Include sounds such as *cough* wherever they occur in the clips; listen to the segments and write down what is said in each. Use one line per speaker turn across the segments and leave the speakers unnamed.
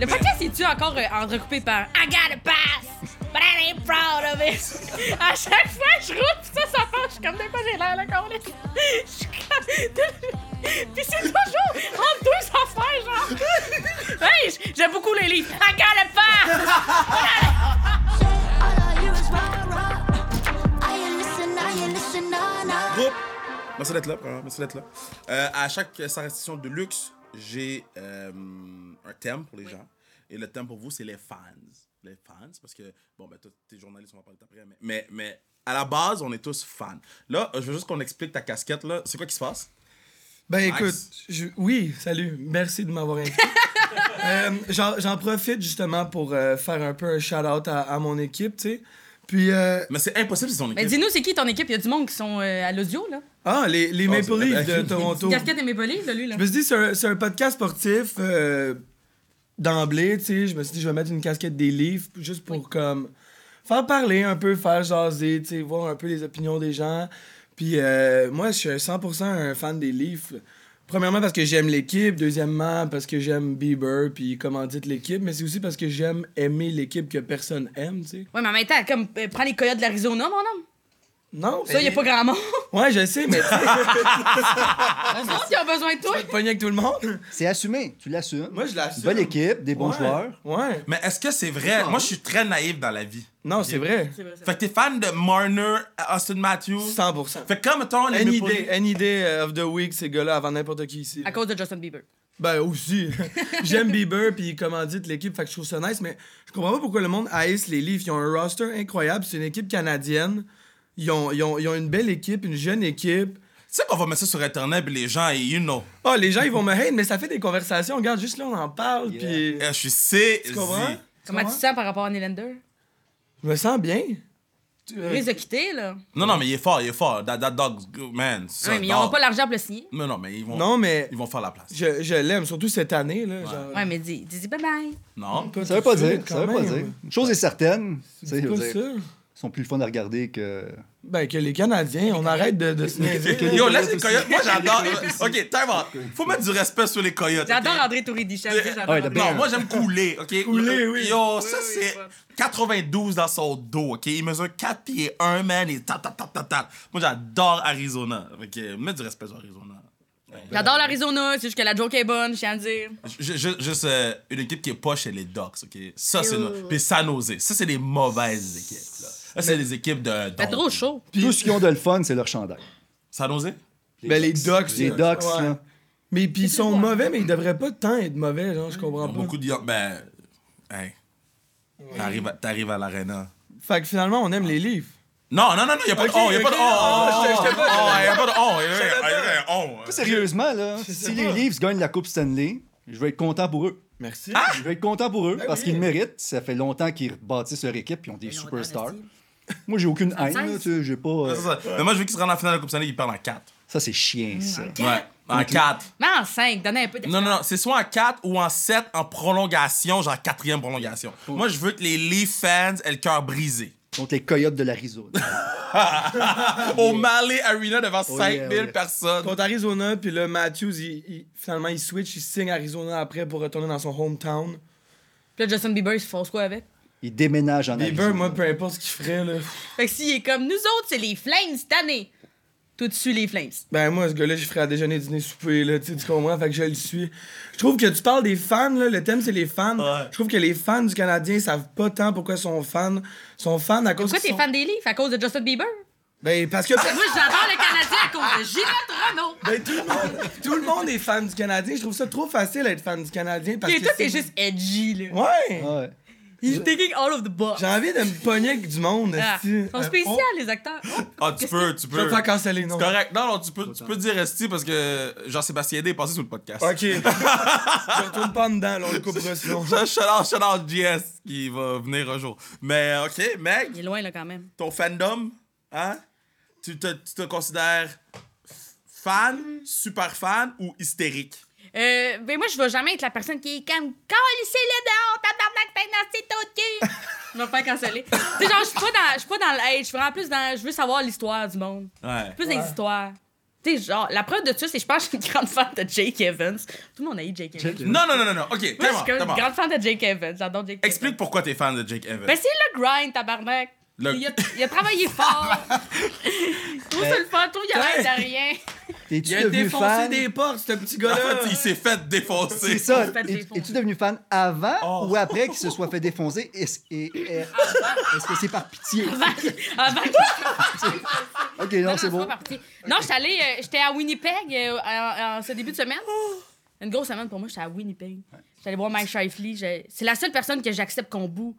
Le podcast, est tu encore euh, entrecoupé par I got a pass, but I ain't proud of it? à chaque fois, je roule, pis ça, ça marche. Je suis comme des fois, j'ai l'air là qu'on est. Je suis comme. *laughs* Pis c'est toujours entre deux affaires, genre. *laughs* Hey, j- j'aime beaucoup les livres. I got a pass!
All I hear is rah rah. I ain't listen, I ain't listen, nah nah.
Groupe. Merci d'être là, premièrement. Merci d'être là. Euh, à chaque euh, sans restriction de luxe, j'ai euh, un thème pour les gens. Et le thème pour vous, c'est les fans. Les fans, parce que, bon, ben, toi, t'es journaliste, on va parler après. Mais, mais, mais à la base, on est tous fans. Là, euh, je veux juste qu'on explique ta casquette, là. C'est quoi qui se passe?
Ben
Nice.
écoute, je- oui, salut, merci de
*laughs*
m'avoir invité. Euh, J'en j'en profite justement pour euh, faire un peu un shout-out à, à mon équipe, tu sais. Puis, euh,
Mais c'est impossible si
*laughs*
on
Mais dis-nous, c'est qui ton équipe? Il y a du monde qui sont euh, à l'audio, là.
ah, les, les
Oh,
Maple
c'est-
Leafs de Toronto.
Casquette et Maple Leafs, là, lui, là.
Oh. Je me suis dit, c'est un, c'est un podcast sportif euh, d'emblée, tu sais. Je me suis dit, je vais mettre une casquette des livres juste pour comme faire parler un peu, faire jaser, tu sais, voir un peu les opinions des gens. Puis euh, moi, je suis 100% un fan des livres. Premièrement parce que j'aime l'équipe, deuxièmement parce que j'aime Bieber puis comment dites l'équipe, mais c'est aussi parce que j'aime aimer l'équipe que personne aime, tu sais.
Ouais, mais en même temps, comme, euh, prends les coyotes de l'Arizona, mon homme.
Non,
Ça, il a pas grand monde.
Ouais, je sais, mais tu sais, Ah,
Eux autres, ils ont besoin de toi.
pas de pogner avec tout le monde.
C'est assumé, tu l'assumes.
Moi, je l'assume.
Bonne équipe, des bons
Ouais,
joueurs.
Ouais.
Mais est-ce que c'est vrai? Moi, je suis très naïf dans la vie.
Non, c'est vrai.
Fait que t'es fan de Marner, Austin Matthews.
100%.
Fait que comme, mettons, les
Any
Maple
day,
Leafs-
any day euh, of the week, ces gars-là, avant n'importe qui ici.
À cause de Justin Bieber.
Ben aussi. J'aime Bieber, puis comment dit l'équipe, fait que je trouve ça nice, mais je comprends pas pourquoi le monde haïsse les Leafs. Ils ont un roster incroyable, c'est une équipe canadienne. Ils ont, ils ont- ils ont une belle équipe, une jeune équipe.
Tu sais qu'on va mettre ça sur Internet, puis les gens, you know.
Oh, les gens, ils vont me hate, mais ça fait des conversations. Regarde, juste là, on en parle,
Yeah.
puis...
Eh, Je suis saisi.
Tu comprends?
Comment tu te sens par rapport à Nylander?
Je me sens bien.
Il les a quittés, là.
Non, non, mais il est fort, il est fort. That, that dog's good, man. Ça,
Ouais, mais ils n'auront
dog.
pas l'argent pour le signer.
Mais non, mais ils vont,
Non, mais
ils vont faire la place.
je, je l'aime, surtout cette année, là. genre-
Ouais, mais dis, dis, dis bye bye.
Non.
Écoute,
Ça veut pas
c'est
dire, ça
quand
veut pas
même.
dire. Une chose est certaine, tu sais,
C'est
je veux
pas
dire,
ça.
ils sont plus le fun à regarder que...
Ben, que les Canadiens, on arrête de, de se
*laughs*
niaiser,
*laughs*
là.
Yo, laisse les coyotes. Moi, j'adore. ok, time out. Faut mettre du respect sur les coyotes.
J'adore
ok?
André Touridi,
Euh,
j'adore
ouais, the
André.
Non, moi, j'aime couler, ok? Euh,
Couler, oui.
Yo, ça, c'est
oui,
92 dans son dos, ok? Il mesure 4 pieds 1, man, et ta ta ta ta ta. Moi, j'adore Arizona. Ok, mets du respect sur Arizona.
J'adore l'Arizona, c'est juste que la joke est bonne, je tiens à le dire.
Ju- ju- Juste euh, une équipe qui est poche, c'est les Ducks, ok? Ça, c'est. no- Puis San Jose. Ça, c'est des mauvaises équipes, là. Ça, c'est des équipes de.
C'est trop
d'ombre.
chaud.
Tout ce qu'ils ont de le fun, c'est leur chandail.
San Jose?
Ben, les Ducks.
Les
là.
Ducks,
Ouais.
là.
Mais puis ils sont mauvais, mais ils devraient pas tant être mauvais, genre, je comprends
Ils ont
pas.
Beaucoup de. Ben. Hey. T'arrives à, t'arrives à l'arena.
Fait que finalement, on aime les livres.
Non, non, non, non, y a pas de on, y a
ok,
pas de on,
ah,
oh,
j'étais-
oh,
j'étais pas-
oh, y a pas de on, y a- y a- y a on.
Plus Sérieusement, là,
sais
si
pas.
les Leafs gagnent la Coupe Stanley, je vais être content pour eux.
Merci.
Je vais être content pour eux parce
Ah! Ben oui.
qu'ils le méritent. Ça fait longtemps qu'ils bâtissent leur équipe et ont des superstars. Moi, j'ai aucune haine, là, tu sais, j'ai pas. euh,
Ouais, c'est ça. Mais moi, je veux qu'ils se rendent en finale de la Coupe Stanley, ils perdent en 4.
Ça, c'est chien, ça.
Ouais, en 4.
Mais en 5, donnez un peu de.
Non, non, non, c'est soit en 4 ou en 7 en prolongation, genre quatrième prolongation. Moi, je veux que les Leaf fans aient le cœur brisé.
Contre les Coyotes de l'Arizona.
Au Mallet Arena devant
Oh,
5000
yeah, yeah.
personnes.
Contre Arizona, puis là, Matthews, il, il- finalement, il switch, il signe Arizona après pour retourner dans son hometown.
Puis là, Justin Bieber, il se fonce quoi avec?
Ils déménagent en
Bieber,
Arizona.
moi, peu importe ce qu'il ferait, là.
Fait que s'il est comme nous autres, c'est les Flames cette année. Tout dessus, les Flames.
Ben, moi, ce gars-là, je ferais à déjeuner, dîner, souper, là, tu sais, tu comprends? Fait que je le suis. Je trouve que tu parles des fans, là, le thème, c'est les fans.
Ouais.
Je trouve que les fans du Canadien savent pas tant pourquoi ils sont fans. Ils sont fans à cause
Pourquoi t'es
qu'ils sont-
fan des Leafs à cause de Justin Bieber?
Ben, parce que...
Moi, j'adore le Canadien à cause de Gillette Renault.
Ben, tout le monde, tout le monde est fan du Canadien. Je trouve ça trop facile d'être fan du Canadien parce
Et
que
toi, t'es
c'est-
juste edgy, là.
Ouais.
Ouais.
He's taking all of the box.
J'ai envie de me pogner avec du monde.
Ah,
esti.
ils sont
Euh,
spéciaux,
oh,
les acteurs.
Ah, tu peux, tu
Je vais
peux.
me faire canceller, non.
C'est correct. Non, non, tu peux, tu peux dire Esti parce que Jean-Sébastien D est passé sur le podcast.
Ok. je retourne pas en dedans, là, on le coupera sinon.
Shout out, shout out GS qui va venir un jour. Mais ok, mec,
Il est loin, là, quand même.
ton fandom, hein? Tu te, tu te considères fan, super fan ou hystérique?
Euh, ben moi, je vais jamais être la personne qui est comme « Calissez-le dehors, tabarnak, t'es dans ses taux de cul! » Je vais me faire canceller. tu sais, genre, je suis pas dans, je suis pas dans le hate, je suis vraiment plus dans... Je veux savoir l'histoire du monde.
Ouais.
Plus dans les histoires. Tu Tu sais, genre, la preuve de ça, c'est que je pense que je suis une grande fan de Jake Evans. Tout le monde a eu Jake Evans.
Non, non, non, non, non. Ok,
Moi, je suis
comment,
comme une
comment?
grande fan de Jake Evans. J'adore Jake
Explique
Evans.
pourquoi t'es fan de Jake Evans.
Ben, c'est le grind, tabarnak.
Le-
Il, a, il a travaillé
*laughs*
fort. je trouve ça le fun. Je trouve qu'il a l'air de rien.
Es-tu
Il a
devenu
défoncé
fan?
des portes, ce petit
en
gars-là.
fait, il s'est fait défoncer.
C'est ça.
Il se fait
Es-
défoncer.
Es-tu devenu fan avant
Oh.
ou après qu'il se soit fait défoncer? Est-ce et- et- est-ce que c'est par pitié?
Avant qu'il
*laughs* Ok, non,
Non,
c'est
c'est
bon.
pas parti. Non, j'étais allée, euh, j'étais à Winnipeg euh, en- en ce début de semaine.
Oh!
Une grosse semaine pour moi, j'étais à Winnipeg. J'étais allée voir Mike Shifley. j'ai- C'est la seule personne que j'accepte qu'on boue,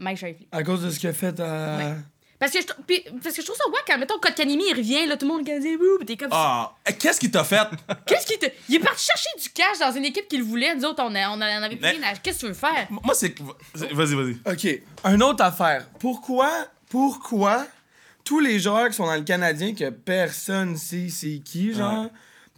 Mike Shifley.
À cause de ce qu'il a fait à.
Ouais. Parce que, je, trou- puis- parce que je trouve ça ouais quand, mettons, Kotkanimi, il revient, là, tout le monde gagne des puis t'es comme...
Ah, qu'est-ce qu'il t'a fait?
Qu'est-ce qu'il te... Il est parti chercher du cash dans une équipe qu'il voulait. Nous autres, on, a- on en avait plus
Mais-
rien à... Qu'est-ce que tu veux faire?
Moi, c'est. Vas-y, vas-y.
OK. Un autre affaire. Pourquoi, pourquoi tous les joueurs qui sont dans le Canadien que personne sait c'est qui, genre,
Ouais.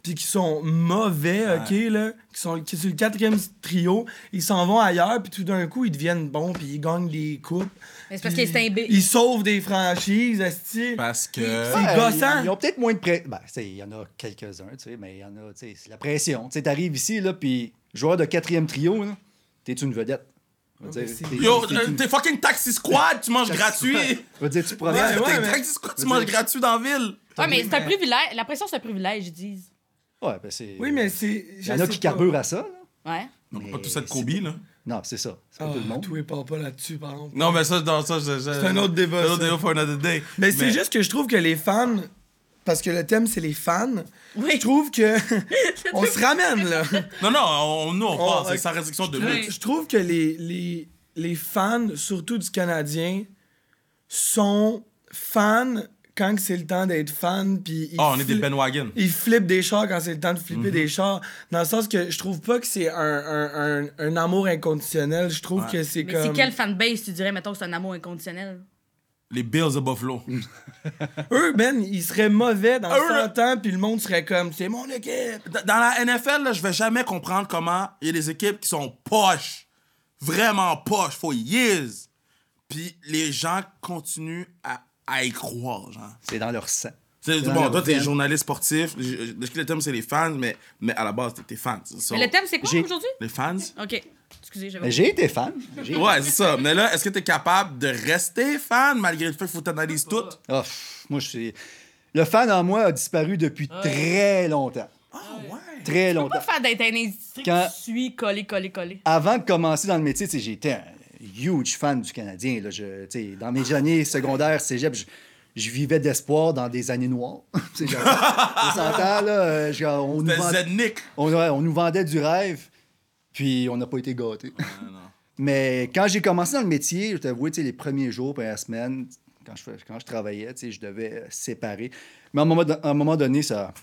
puis qui sont mauvais, OK, là, qui sont qui sont sur le quatrième trio, ils s'en vont ailleurs, puis tout d'un coup, ils deviennent bons, puis ils gagnent des coupes.
Mais c'est parce
puis
qu'ils sont imbé-
Ils sauvent des franchises, esti.
Parce que.
C'est gossant.
Ils, ils ont peut-être moins de pression. Ben, tu sais, il y en a quelques-uns, tu sais, mais il y en a, tu sais, c'est la pression. Tu sais, t'arrives ici, là, puis joueur de quatrième trio, là, t'es une vedette. Je veux
Oh, mais
dire,
c'est-
t'es-
Yo,
t'es
euh,
une-
t'es fucking taxi squad, tu manges
*laughs*
gratuit.
*laughs* Je veux dire, tu
T'es
proviens.
Ouais, ouais.
t'es
mais-
taxi squad, tu manges gratuit dans la ville.
Ouais, mais c'est un privilège. La pression, c'est un privilège, ils disent.
Ouais, ben, c'est.
Oui, mais c'est.
Il y en a qui carburent à ça, là.
Ouais.
Non,
Mais
pas tout ça de
c'est
Kobe,
pas-
là.
Non, c'est ça. C'est pas tout le monde.
Tout est pas Ah, pas là-dessus, par exemple.
Non, mais ça, dans ça, je- je- c'est
un autre débat,
Un autre
ça.
débat for another day.
Mais, c'est juste que je trouve que les fans, parce que le thème c'est les fans, je trouve que on se ramène là.
Non, non, on, nous, on
Oh,
part. C'est
ok.
sa restriction de
Oui.
lutte.
Je trouve que les, les, les fans, surtout du Canadien, sont fans quand que c'est le temps d'être fan. Puis ils
Ah, on est des Mm-hmm.
fli-
bandwagon.
Ils flippent des chars quand c'est le temps de flipper des chars. Dans le sens que je trouve pas que c'est un, un, un, un amour inconditionnel. Je trouve que c'est
Mais
comme.
c'est quelle fanbase, tu dirais, mettons, que c'est un amour inconditionnel?
Les Bills de Buffalo.
Mm. Eux, ben, ils seraient mauvais dans
Eux, là-
100 ans, puis le monde serait comme c'est mon équipe.
D- Dans la NFL, là, je vais jamais comprendre comment il y a des équipes qui sont poches. Vraiment poches. For years. Puis les gens continuent à, à y croire, genre.
C'est dans leur sang.
Ah.
C'est-
dans
bon,
leur
toi, t'es
veine.
journaliste sportif. Je, je- je- le thème, c'est les fans, mais, mais à la base, t'es- t'es fan. So-
Mais le thème, c'est quoi
J'ai-
aujourd'hui?
Les fans?
OK. Excusez, j'avais...
Mais j'ai été fan. J'ai-
Ouais, c'est ça. Mais là, est-ce que t'es capable de rester fan malgré le fait qu'il faut t'analyser tout?
Ah, pff, moi, je suis. Le fan en moi a disparu depuis très longtemps.
Ah ouais!
Très
pas
longtemps.
faire d'être un industrie
Quand-
qui suit, collé, collé, collé.
Avant de commencer dans le métier, tu sais, j'étais un huge fan du Canadien. Là. Je, tu sais, dans mes années secondaires, cégep, je, je vivais d'espoir dans des années noires. *laughs* Tu sais, genre, on s'entend, là. euh, genre, on, nous
T'es
vend-
ethnique.
on- ouais, on nous vendait du rêve, puis on n'a pas été gâtés. Mais quand j'ai commencé dans le métier, je t'avoue, tu sais, les premiers jours, première semaine, quand je, fais- quand je travaillais, tu sais, je devais euh, séparer. Mais à un moment, don- à un moment donné, ça,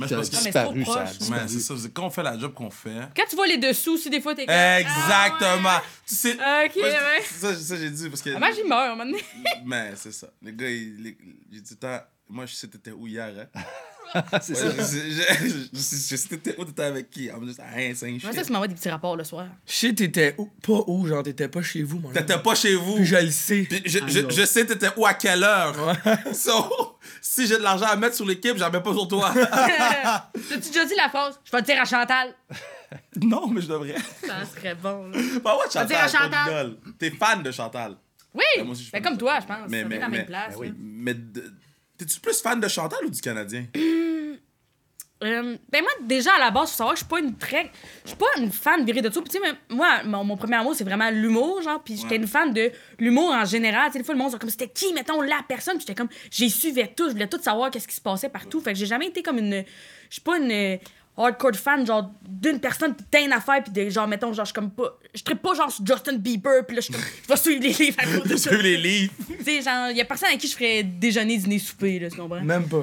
Ah, Mais
ça
c'est
a
parce que.
Ah, mais c'est
disparu.
trop
ça a
proche.
disparu.
Man, c'est ça. c'est Quand on fait la job qu'on fait.
Quand tu vois les dessous, si des fois t'es comme.
Ah Exactement!
Ah
Tu sais.
ouais. Ok,
Moi,
ouais.
c'est- Ça, ça, j'ai dit parce que.
Ah, Moi, j'y meurs, maintenant.
Mais c'est ça. Les gars, ils- les- j'ai dit, Attends, moi, je sais t'étais où hier,
*laughs*
hein?
C'est
Ouais,
ça.
je, je, je- je- je sais t'étais où, t'étais avec qui? I'm just rien, c'est un
Moi, ça,
shit.
tu m'envoies des petits rapports le soir.
Je sais, t'étais où- pas où, genre, t'étais pas chez vous, mon gars.
T'étais pas chez vous.
Puis je le sais.
Puis je, je, je sais t'étais où à quelle heure. *laughs* So, si j'ai de l'argent à mettre sur l'équipe, j'en mets pas
*laughs*
sur toi.
T'as-tu déjà dit la phrase? Je vais le dire à Chantal.
non, mais je *laughs* devrais.
Ça serait bon, là.
Bah ouais,
dire à
Chantal,
Chantal.
Chantal. T'es fan de Chantal.
Oui!
Ben, moi aussi, je suis
Ben,
fan
comme
de
toi,
ça.
je pense.
Mais-
On
mais-
est dans la
mais-
même place.
ben oui.
là.
Mais de- t'es-tu plus fan de Chantal ou du
*laughs*
Canadien?
Euh, ben moi, déjà, à la base, faut savoir que je suis pas une très... Je suis pas une fan virée de tout. Puis tu sais, même, moi, mon, mon premier amour, c'est vraiment l'humour, genre. Puis j'étais
Ouais.
une fan de l'humour en général. Tu sais, des fois, le monde, sont comme, c'était qui, mettons, la personne? Puis j'étais comme, j'y suivais tout. Je voulais tout savoir qu'est-ce qui se passait partout. Fait que j'ai jamais été comme une... Je suis pas une euh, hardcore fan, genre, d'une personne, puis d'un affaire, puis de, genre, mettons, genre, je suis comme pas... Je tripe pas, genre, sur Justin Bieber, puis là, je suis comme, je vais suivre les *laughs* livres à cause de
J'ai
ça.
vu les livres.
Tu sais, genre, y a personne à qui je ferais déjeuner, dîner, souper, là, tu comprends?
Même pas.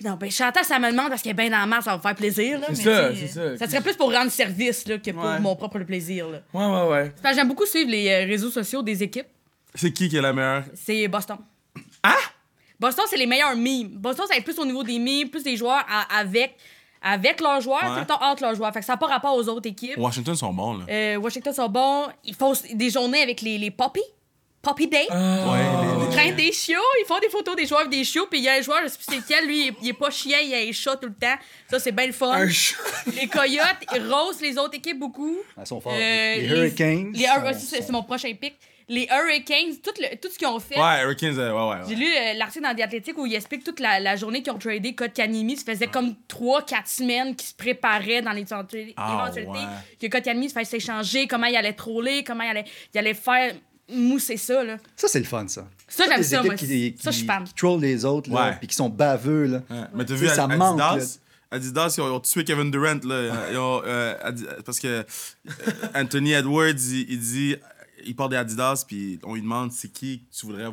Non, ben Chantal, ça me demande parce qu'elle est bien dans la marge, ça va me faire plaisir. là, mais
C'est ça,
tu sais,
c'est
euh,
ça.
serait plus pour rendre service là, que pour
Ouais.
mon propre plaisir. Là.
Ouais, ouais, ouais.
Parce que J'aime beaucoup suivre les euh, réseaux sociaux des équipes.
C'est qui qui est la meilleure?
C'est Boston.
Ah?
Hein?
Boston, c'est les meilleurs memes. Boston, ça va être plus au niveau des memes, plus des joueurs à- avec, avec leurs joueurs,
Ouais.
tout le temps entre leurs joueurs. Fait que ça n'a pas rapport aux autres équipes.
Washington sont bons, là.
Euh, Washington sont bons. Ils font s- des journées avec les, les poppies. Poppy Day.
Ah.
Ouais,
Ils traînent des chiots, ils font des photos des joueurs avec des chiots, puis il y a un joueur, je sais plus c'est lequel, lui, il est- il est pas chien, il a un chat tout le temps. Ça, c'est bien le fun.
Un chat.
Les Coyotes, ils rosent les autres équipes beaucoup.
Elles sont fortes.
Euh,
les, Hurricanes.
les Hur- aussi, c'est c'est mon prochain pic. Les Hurricanes, tout, le- tout ce qu'ils ont fait.
Ouais, Hurricanes, euh, ouais, ouais.
J'ai
ouais.
lu euh, l'article dans The Athletic où il explique toute la, la journée qu'ils ont tradé Code Kanimi. Ça faisait comme 3-4 semaines qu'ils se préparaient dans l'éventualité
Ah,
éventualité
ouais.
que Code Kanimi se fasse échanger, comment il allait troller, comment il allait, il allait faire mousser ça. Là.
Ça, c'est le fun, ça.
Ça,
Toutes
j'aime
les
ça,
équipes
moi.
Qui, qui,
Ça, je suis fan.
qui trollent les autres, là,
Ouais.
puis qui sont baveux, là.
Ouais. Mais t'as
Tu
vu
sais, ça
Ad-
manque,
Adidas?
là.
Adidas, ils ont, ils ont tué Kevin Durant. Là. Ils ont, euh, Adi- parce que euh, Anthony Edwards, il, il dit il porte des Adidas, puis on lui demande c'est qui que tu voudrais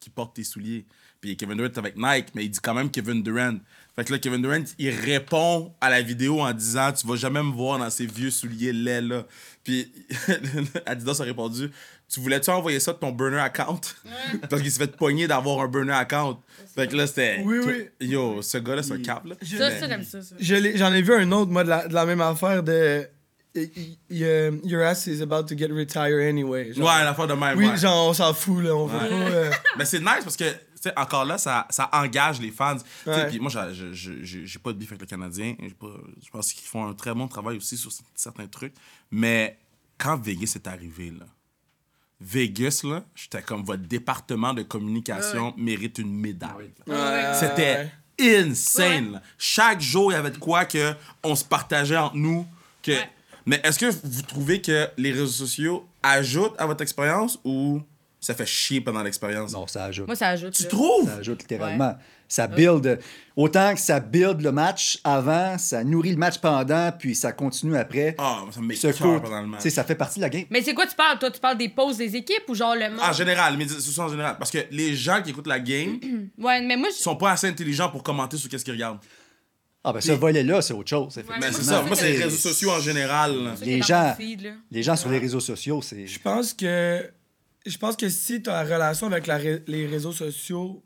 qui porte tes souliers. Puis Kevin Durant est avec Nike, mais il dit quand même Kevin Durant. Fait que là, Kevin Durant, il répond à la vidéo en disant Tu vas jamais me voir dans ces vieux souliers laids-là. Puis *laughs* Adidas a répondu Tu voulais-tu envoyer ça de ton burner account Parce qu'il s'est fait pogner d'avoir un burner account. Fait que là, c'était.
Oui, oui.
Yo, ce gars-là,
Mm.
c'est un câble. là.
Ça, ça, j'aime ça. ça.
Je l'ai- J'en ai vu un autre, moi, de la, de la même affaire de. y- y- y- euh, Your ass is about to get retired anyway. Genre.
Ouais, l'affaire de même.
Oui,
ouais.
genre, on s'en fout, là. On veut
Ouais.
pas, euh,
Mais c'est nice parce que, tu sais, encore là, ça, ça engage les fans. Tu sais,
Ouais.
Puis moi, j'ai- j'ai- j'ai j'ai- j'ai pas de bif avec le Canadien. J'ai pas- Je pense qu'ils font un très bon travail aussi sur c- certains trucs. Mais quand Vegas est arrivé, là, Vegas, là, j'étais comme votre département de communication mérite une médaille.
ouais,
C'était
ouais.
insane. là. Chaque jour, il y avait de quoi que on se partageait entre nous. Que...
Ouais.
Mais est-ce que vous trouvez que les réseaux sociaux ajoutent à votre expérience ou ça fait chier pendant l'expérience?
Non, ça ajoute.
Moi, ça ajoute.
Tu
là.
trouves?
Ça ajoute littéralement. Ça build. Autant que ça build le match avant, ça nourrit le match pendant, puis ça continue après.
Ah, ça me met
Ce
cœur
coup,
pendant le
tu
match.
sais, ça fait partie de la game.
Mais c'est quoi tu parles? Toi, tu parles des pauses des équipes ou genre le monde?
En général, mais c'est ça en général. Parce que les gens qui écoutent la
*clears throat*
game
Ouais, mais moi, je-
sont pas assez intelligents pour commenter sur qu'est-ce qu'ils regardent.
Ah, ben ce volet-là, c'est autre chose. effectivement.
Mais
moi,
c'est
je
ça.
pense
Moi,
que
c'est les
c'est-
réseaux sociaux en général. là.
ça,
les
j'ai dans
gens-
mon feed, là.
Les gens sur les réseaux sociaux, c'est.
Je pense que. Je pense que si ta relation avec la ré- les réseaux sociaux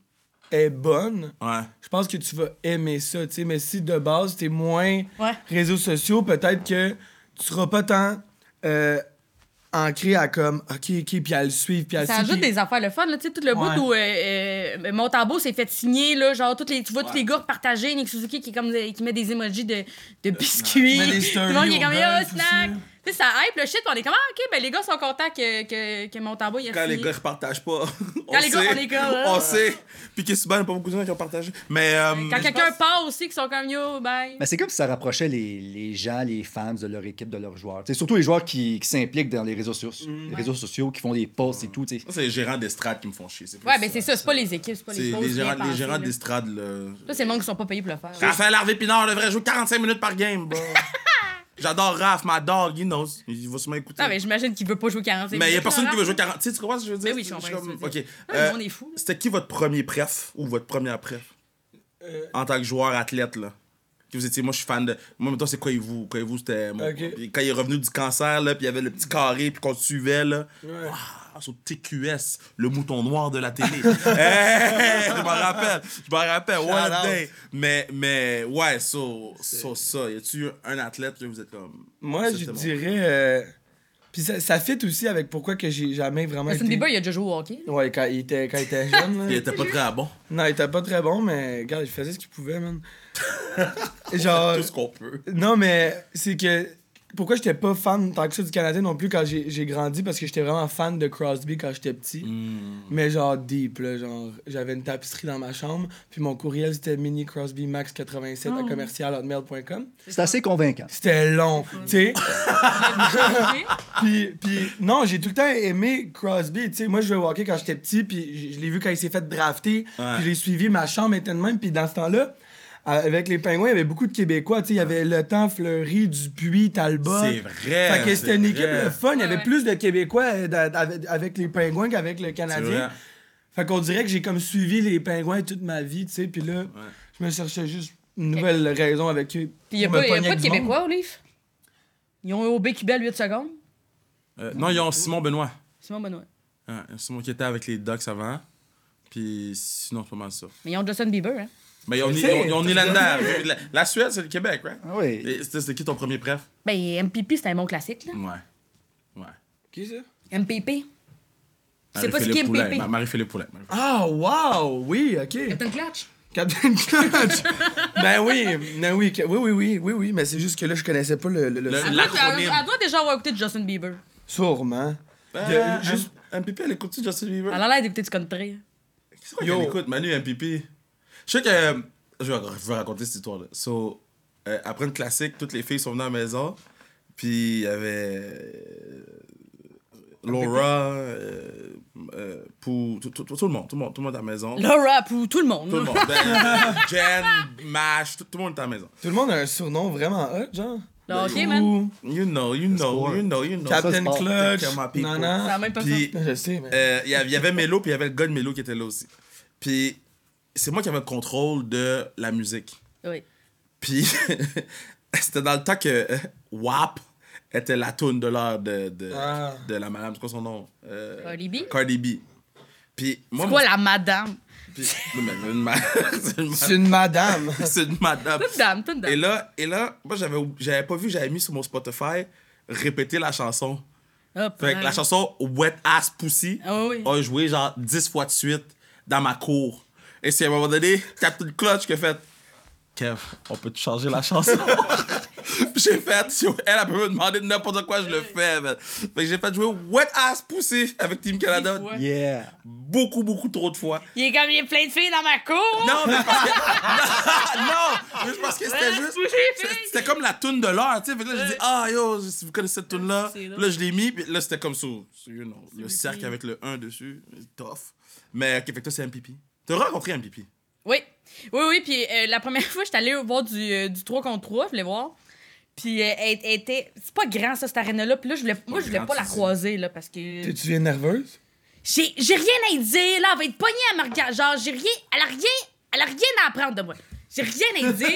est bonne,
Ouais.
je pense que tu vas aimer ça, tu sais. Mais si de base, t'es moins
Ouais.
réseaux sociaux, peut-être que tu seras pas tant euh, ancré à comme, OK, OK, puis à le suivre,
Ah,
puis à
Ça
ci,
ajoute
puis-
des affaires le fun, là. Tu sais, tout le
Ouais.
bout où euh, euh, Montembeau s'est fait signer, là. Genre, toutes les, tu vois tous
Ouais.
les gars partager, Nick Suzuki qui, est comme, des- qui met des emojis de, de
Euh,
biscuits.
Ouais. Il met des
Tout le monde qui est
stories
comme,
au
yo,
golf
snack.
aussi.
Tu sais, ça hype le shit, puis on est comme, ah, ok, ben les gars sont contents que, que, que Montembeau il a
Quand les
signé.
gars ne partagent pas, *laughs* on
Quand les
sait.
gars- on est comme,
on
ah.
sait. Puis que souvent, il n'y a pas beaucoup de gens qui ont partagé. Mais. euh,
Quand
je
quelqu'un
pense-
part aussi, qui sont comme, yo, bye.
Mais c'est comme si ça rapprochait les, les gens, les fans de leur équipe, de leurs joueurs. C'est surtout les joueurs qui, qui s'impliquent dans les réseaux, soci-
Mm.
les réseaux sociaux, qui font des posts et tout. tu sais.
Ça, C'est les gérants d'estrade qui me font chier. plus
Ouais, ben c'est ça, c'est pas les équipes, c'est pas
C'est
les
les
pauses. bien
gérants, les
pensées,
gérants Ah,
là.
d'estrade, là.
Ça, c'est le monde qui sont pas payés pour le faire.
Raphaël Harvey Pinard devrait jouer 45 minutes par game,
*laughs*
bah. J'adore Raph, ma dog, il knows. Il va sûrement écouter.
Non, mais Ah, ben, j'imagine qu'il veut pas jouer 45
Mais il n'y a
minutes,
personne
là,
qui veut jouer
Raph.
40. Tu sais, tu comprends ce que je veux dire?
Mais oui, je comprends
suis
ce que
comme-
tu veux
Ok.
dire.
Euh,
Ah, le monde est fou.
C'était qui votre premier préf ou votre première préf
Euh,
en tant que joueur athlète, là? Que vous étiez, moi, je suis fan de. Moi, mettons, c'est quoi vous? Quoi vous, c'était. mon-
Ok.
Puis Quand il est revenu du cancer, là, puis il y avait le petit carré, puis qu'on te suivait, là.
Ouais.
Ah, sur TQS, le mouton noir de la télé. *laughs* Hey, je m'en rappelle. Je m'en rappelle. One
out.
day. Mais, mais, ouais, so, so ça. Y a-tu un athlète que vous êtes comme.
Moi,
Ça,
je
c'était mon-
dirais. euh, Puis ça, ça fit aussi avec pourquoi que j'ai jamais vraiment.
Justin
été-
Bieber, il a déjà joué au hockey. là.
Ouais, quand il était, quand
*laughs*
il était jeune. là.
Il était pas très bon.
Non, il était pas très bon, mais regarde, il faisait ce qu'il
*laughs*
pouvait, man. Genre.
Tout ce qu'on peut.
Non, mais c'est que. Pourquoi j'étais pas fan tant que ça du Canadien non plus quand j'ai j'ai grandi? Parce que j'étais vraiment fan de Crosby quand j'étais petit. Mais genre deep, là. Genre, j'avais une tapisserie dans ma chambre. Puis mon courriel, c'était mini Crosby Max 87 à commercial hotmail.com.
C'est assez convaincant.
C'était long, tu sais.
*laughs*
puis, puis, non, j'ai tout le temps aimé Crosby. Tu sais, moi, je jouais au hockey quand j'étais petit, puis je- je l'ai vu quand il s'est fait drafter.
Ouais.
Puis je l'ai suivi, ma chambre était de même. Puis dans ce temps-là, euh, avec les Pingouins, il y avait beaucoup de Québécois. Tu sais, il y avait Le Temps, Fleury, Dupuis, Talbot.
C'est vrai,
Fait que
c'est
c'était une équipe
vrai.
de fun. Il y avait
ouais.
plus de Québécois euh, d'a- avec, avec les Pingouins qu'avec le Canadien. Fait qu'on dirait que j'ai comme suivi les Pingouins toute ma vie, tu sais. Puis là, je me cherchais juste une nouvelle raison avec eux.
Puis il n'y a,
pour me
pas- y a
pogner
pas de
avec du monde.
Québécois au livre. Ils ont eu au Bécubel 8 secondes.
Euh, non, ils ont Simon Benoît.
Simon Benoît.
Hein, Simon qui était avec les Ducks avant. Puis sinon, c'est pas mal ça.
Mais ils ont Justin Bieber, hein.
Mais ils ont,
Je
ils
sais.
ont- ils ont Nylander. La, la Suède, c'est le Québec, right?
Ah oui.
Et C'était c'était qui ton premier préf?
Ben, MPP, c'est un bon classique, là.
Ouais. Ouais.
Qui ça?
MPP. C'est pas
Marie-Philippe Ben,
Skip
Poulin,
Pépé.
Ma- Marie-Philippe Poulin. Marie-Philippe-
Ah, wow! Oui, OK.
Captain Clutch.
Captain Clutch! *laughs* ben oui, ben oui, que- oui, oui, oui, oui, oui, mais c'est juste que là, je connaissais pas le... le, le-
Le-
Elle doit,
L'acronyme.
elle doit déjà avoir écouté Justin Bieber.
Sûrement.
Euh,
De- juste-
M- MPP, elle écoute-tu Justin Bieber?
Elle a l'air d'écouter du country. hein.
C'est quoi
Yo.
qu'elle écoute, Manu MPP? Je sais que. euh, Je vais, je vais raconter cette histoire-là. So, euh, après une classique, toutes les filles sont venues à la maison. Puis il y avait. euh, Laura, euh, euh, pour tout, tout- tout- tout le monde, tout le monde, tout le monde à la maison.
Laura pour tout le monde.
Tout le monde. Ben, Jen, Mash, tout, tout le monde est à la maison.
Tout le monde a un surnom vraiment hot, genre.
Le hockey, man.
Ou
You know, you know,
sport.
you know, you know.
Ça,
Captain
c'est pas-
Clutch,
Tell my people.
C'est la
nanan.
même personne.
Puis
Non, Je sais, mais...
Euh, il y av- il y avait Melo, puis il y avait le gars de Melo qui était là aussi. Puis c'est moi qui avais le contrôle de la musique.
Oui.
Puis *laughs* c'était dans le temps que euh, WAP était la toune de l'heure de, de,
Ah.
de la madame, c'est quoi son nom? Euh,
Cardi B?
Cardi B. Puis moi,
C'est
mon-
quoi la madame?
puis- Non, mais une ma- *laughs* c'est une ma-
C'est
*laughs*
une madame. *laughs*
c'est une madame.
Tout dame, tout
Et
dame.
là, et là moi, j'avais, j'avais pas vu, j'avais mis sur mon Spotify répéter la chanson.
Hop,
Fait que
hein.
la chanson Wet Ass Pussy
Ah oui.
a joué genre 10 fois de suite dans ma cour. Et c'est à un moment donné, Captain Clutch qui a fait Kev, on peut changer la chanson? *laughs* Puis j'ai fait, si elle, elle peut me demander n'importe quoi, je le fais. man. Fait que j'ai fait jouer Wet Ass Pussy avec Team Canada
fois.
Yeah.
beaucoup, beaucoup trop de fois.
Il est comme, il y a plein de filles dans ma cour.
Non, mais parce que. *laughs* non, mais je pense que c'était juste. C'était comme la toune de l'heure, tu sais. Fait que là, j'ai dit, ah, yo, si vous connaissez cette toune-là.
C'est là.
Là, je l'ai mis, puis là, c'était comme ça. You know, le cercle avec le 1 dessus. Tough. Mais, ok, fait que toi, c'est MPP. T'as rencontré MPP.
Oui. Oui, oui. Puis euh, la première *laughs* fois, j'étais allée voir du, euh, du 3 contre 3, je voulais voir. Puis euh, elle, elle était. C'est pas grand, ça, cette arène-là. Puis là, je voulais... moi, je voulais
grand,
pas la
tu dis.
croiser, là, parce que.
Tu deviens nerveuse?
J'ai j'ai rien à y dire, là. Elle va être pognée à me regarder. Genre, j'ai rien. Elle a rien. Elle a rien à apprendre de moi. J'ai rien à y
*laughs*
dire.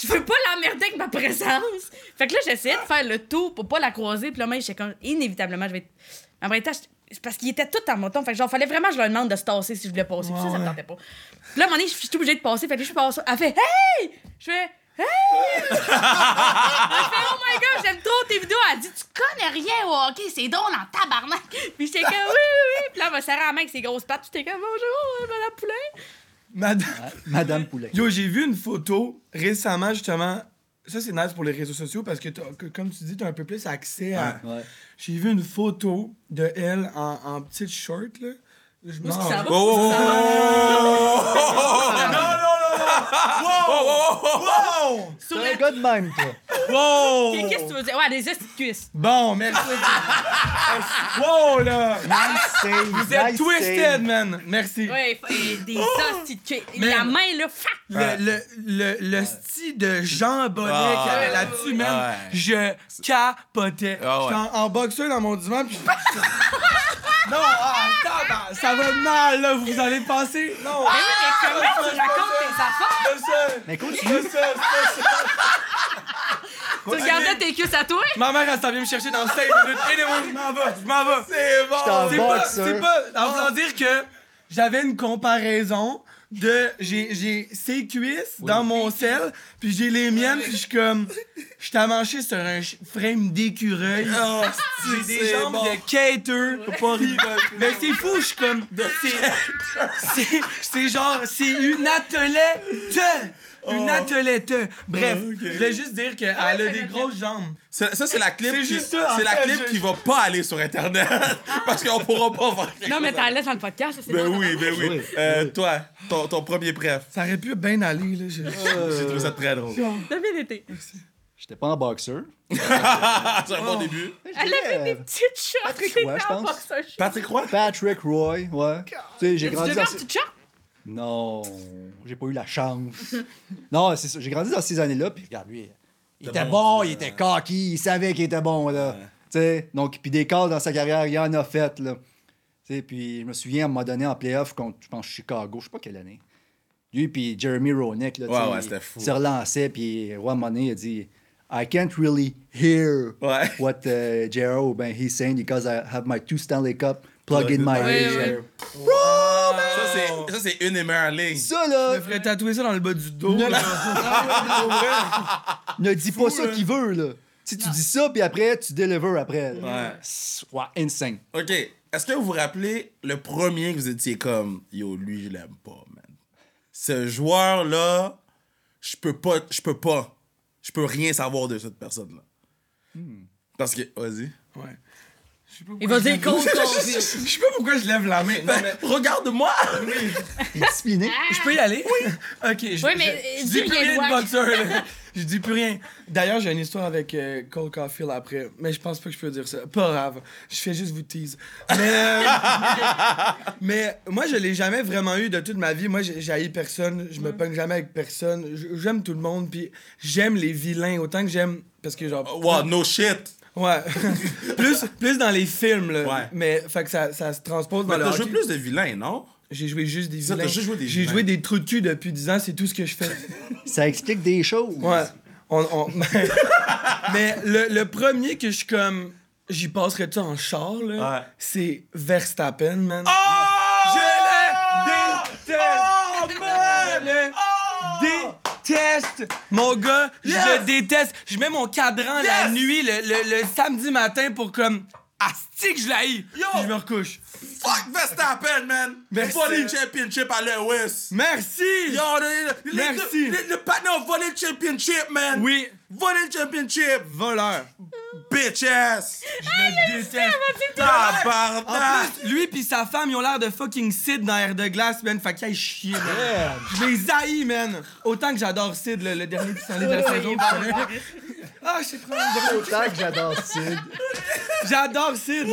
Je veux pas l'emmerder avec ma présence. Fait que là, j'essayais de faire le tour pour pas la croiser. Puis là, même, j'étais comme. Inévitablement, je vais être. En même temps, je- c'est parce qu'il était tout à mon ton. Fait que genre, fallait vraiment que je leur demande de se tasser si je voulais passer. Puis ça, ça me
Ouais,
tentait pas. Puis là, à un moment donné, je suis obligée de passer. Fait que là, je suis passée. Elle fait Hey! Je fais Hey! Elle fait, oh my god, j'aime trop tes vidéos. Elle dit, tu connais rien au hockey, c'est drôle en tabarnak. Puis j'étais comme, oui, oui, oui. Puis là, elle m'a serré la main avec ses grosses pattes. Puis j'étais comme, bonjour, euh, madame
Ah.
Poulain.
Madame...
Madame Poulet.
Yo, j'ai vu une photo récemment, justement. Ça, c'est nice pour les réseaux sociaux parce que, t'as- que- comme tu dis, t'as un peu plus accès à.
Ouais.
J'ai vu une photo de elle en, en petite short, là. Je m'en-
que ça va?
Oh, oh, oh,
Sur
T'es
la
un gars de même, toi. Oh.
Qu'est- Qu'est-ce que tu veux dire? Ouais, des gestes de cuisse.
Bon,
*laughs*
merci. wow, là!
Nice
*laughs*
save.
Vous êtes
nice
twisted,
save.
man! Merci.
Ouais, f- et des
Oh.
hosties de cuisse. Et La
Man.
main, là, fa!
Le, le, le, le style de Jean Bonnet
Ah,
qu'il y avait là-dessus, man,
ouais.
je capotais.
Ah, ouais.
J'étais en, en boxeur dans mon divan, puis je- *laughs* Non, ah, tabarnak, ça va mal, là, vous allez passer. Non,
Mais oui, mais comment tu racontes tes affaires?
c'est ça,
Mais continue.
c'est ça, c'est ça.
Tu regardais tes cuisses à toi?
Ma mère, elle s'en vient me chercher dans 5 minutes. Aidez-moi, je m'en vais, je m'en vais. C'est bon.
t'en
C'est pas,
boxeur.
c'est pas, en voulant dire que j'avais une comparaison de, j'ai, j'ai ses cuisses dans mon sel, puis j'ai les miennes, puis je suis comme, je t'ai manché sur un ch- frame d'écureuil.
oh,
J'ai
*laughs*
des
c'est
jambes
bon.
de cater. Faut pas rire. Mais c'est fou, je suis comme. C'est, c'est, c'est genre, c'est une attelette. Une attelette. Bref,
Oh, ok.
je voulais juste dire qu'elle a des grosses jambes.
Ça, ça, c'est la clip,
C'est
qui,
juste ça, en
c'est la
fait,
clip
je-
qui va pas aller sur Internet. *laughs* parce qu'on pourra pas voir. quelque
Non, mais
chose.
t'en laisses dans le podcast, ça, c'est
Ben
bon, hein?
oui, ben oui.
Oui,
Euh, Toi, ton, ton premier préf.
Ça aurait pu bien aller, là. je-
J'ai trouvé ça très drôle.
T'as bien été.
J'étais pas en boxeur.
Ah, c'est un bon début.
Elle avait des petites shorts.
Patrick
c'est
Roy, je
dans
pense.
boxeur.
Patrick Roy?
Patrick Roy, ouais. Tu sais, j'ai
Tu
grandi
devais
dans.
en
ces-
petite short?
Non, *laughs* j'ai pas eu la
*laughs*
chance. non, c'est ça. J'ai grandi dans ces années-là, puis regarde, lui, il
T'as
était
bon,
bon,
euh,
il était cocky, il savait qu'il était bon, là. Tu sais, donc, puis des cases dans sa carrière, il en a fait, là. Tu sais, puis je me souviens, à un moment donné, en playoff contre, je pense, Chicago, je sais pas quelle année. Lui, puis Jeremy Roenick, là, tu
Ouais,
sais,
ouais,
il
c'était fou.
se relançait, puis ouais, à un moment donné, il a dit « I can't really hear
Ouais.
*laughs* what uh, Jero, ben, he's saying because I have my two Stanley Cup plugged in my
Ouais,
ear.
ouais.
Ça,
Oh.
c'est- Ça, c'est une des meilleures lignes.
Ça, là,
Je me ferais tatouer ça dans le bas du dos. là.
hein. ne dis pas ça qu'il veut, là. Tu Si tu
Non.
dis ça, puis après, tu delivers après.
Ouais.
C'est- Ouais, insane.
OK. Est-ce que vous vous rappelez le premier que vous étiez comme Yo, lui, je l'aime pas, man. Ce joueur-là, je peux pas, je peux pas, je peux rien savoir de cette personne-là.
Hmm.
Parce que, vas-y.
Ouais. Je sais pas
Il
pourquoi
va
je
dire
*laughs*
lève-
cold
Je sais pas pourquoi je lève la main. Non, mais
Regarde-moi!
T'es discipliné.
je peux y aller? Oui. *laughs* OK. Je,
Oui, mais,
je-
euh,
je
dis
dis plus
rien
rien
de
de
wack. *laughs*
boxeur. là. Je dis plus rien. D'ailleurs, j'ai une histoire avec euh, Cole Caulfield après, mais je pense pas que je peux dire ça. Pas grave. Je fais juste vous tease. Mais, *laughs* euh, mais moi, je l'ai jamais vraiment eu de toute ma vie. Moi, j'ai j'ai haï personne. Je me pogne jamais avec personne. J- J'aime tout le monde. Puis j'aime les vilains autant que j'aime. Parce que genre.
Oh, wow, no shit!
Ouais. *laughs* plus, plus dans les films, là.
Ouais.
Mais fait que ça, ça se transpose
Mais
dans le
t'as joué
hockey.
plus de vilains, non?
J'ai joué juste des
Ça, t'as
vilains.
juste joué des
J'ai
vilains.
joué des trous de cul depuis 10 ans, c'est tout ce que je fais. *laughs*
Ça explique des choses.
Ouais. On, on- *laughs* Mais, le, le premier que je suis comme. J'y passerais-tu en char, là?
Ouais.
C'est Verstappen, man.
Oh!
Je le déteste!
Oh,
Je le déteste! Mon gars, je
Yes!
le déteste. Je mets mon cadran la
Yes!
nuit, le, le- le samedi matin pour comme. Asti que je l'haïs!
Yo!
Puis Je me recouche.
Fuck Verstappen, man!
Merci.
Volley championship à l'Ouest!
Merci!
Yo, le, le,
Merci.
Le, le, le partner au volley championship, man!
Oui,
Volley championship!
voleur.
Bitch ass!
Je le déteste. En
Tabarnak!
plus, lui pis sa femme, ils ont l'air de fucking Sid dans Air de Glace, man. Fait qu'ils aillent chier, man. Je les haïs, man. Autant que j'adore Sid, le, le dernier qui s'en est de la saison. tu connais. ah, je sais pas.
Autant que j'adore *laughs* Sid.
J'adore Sid,
Yo,
là.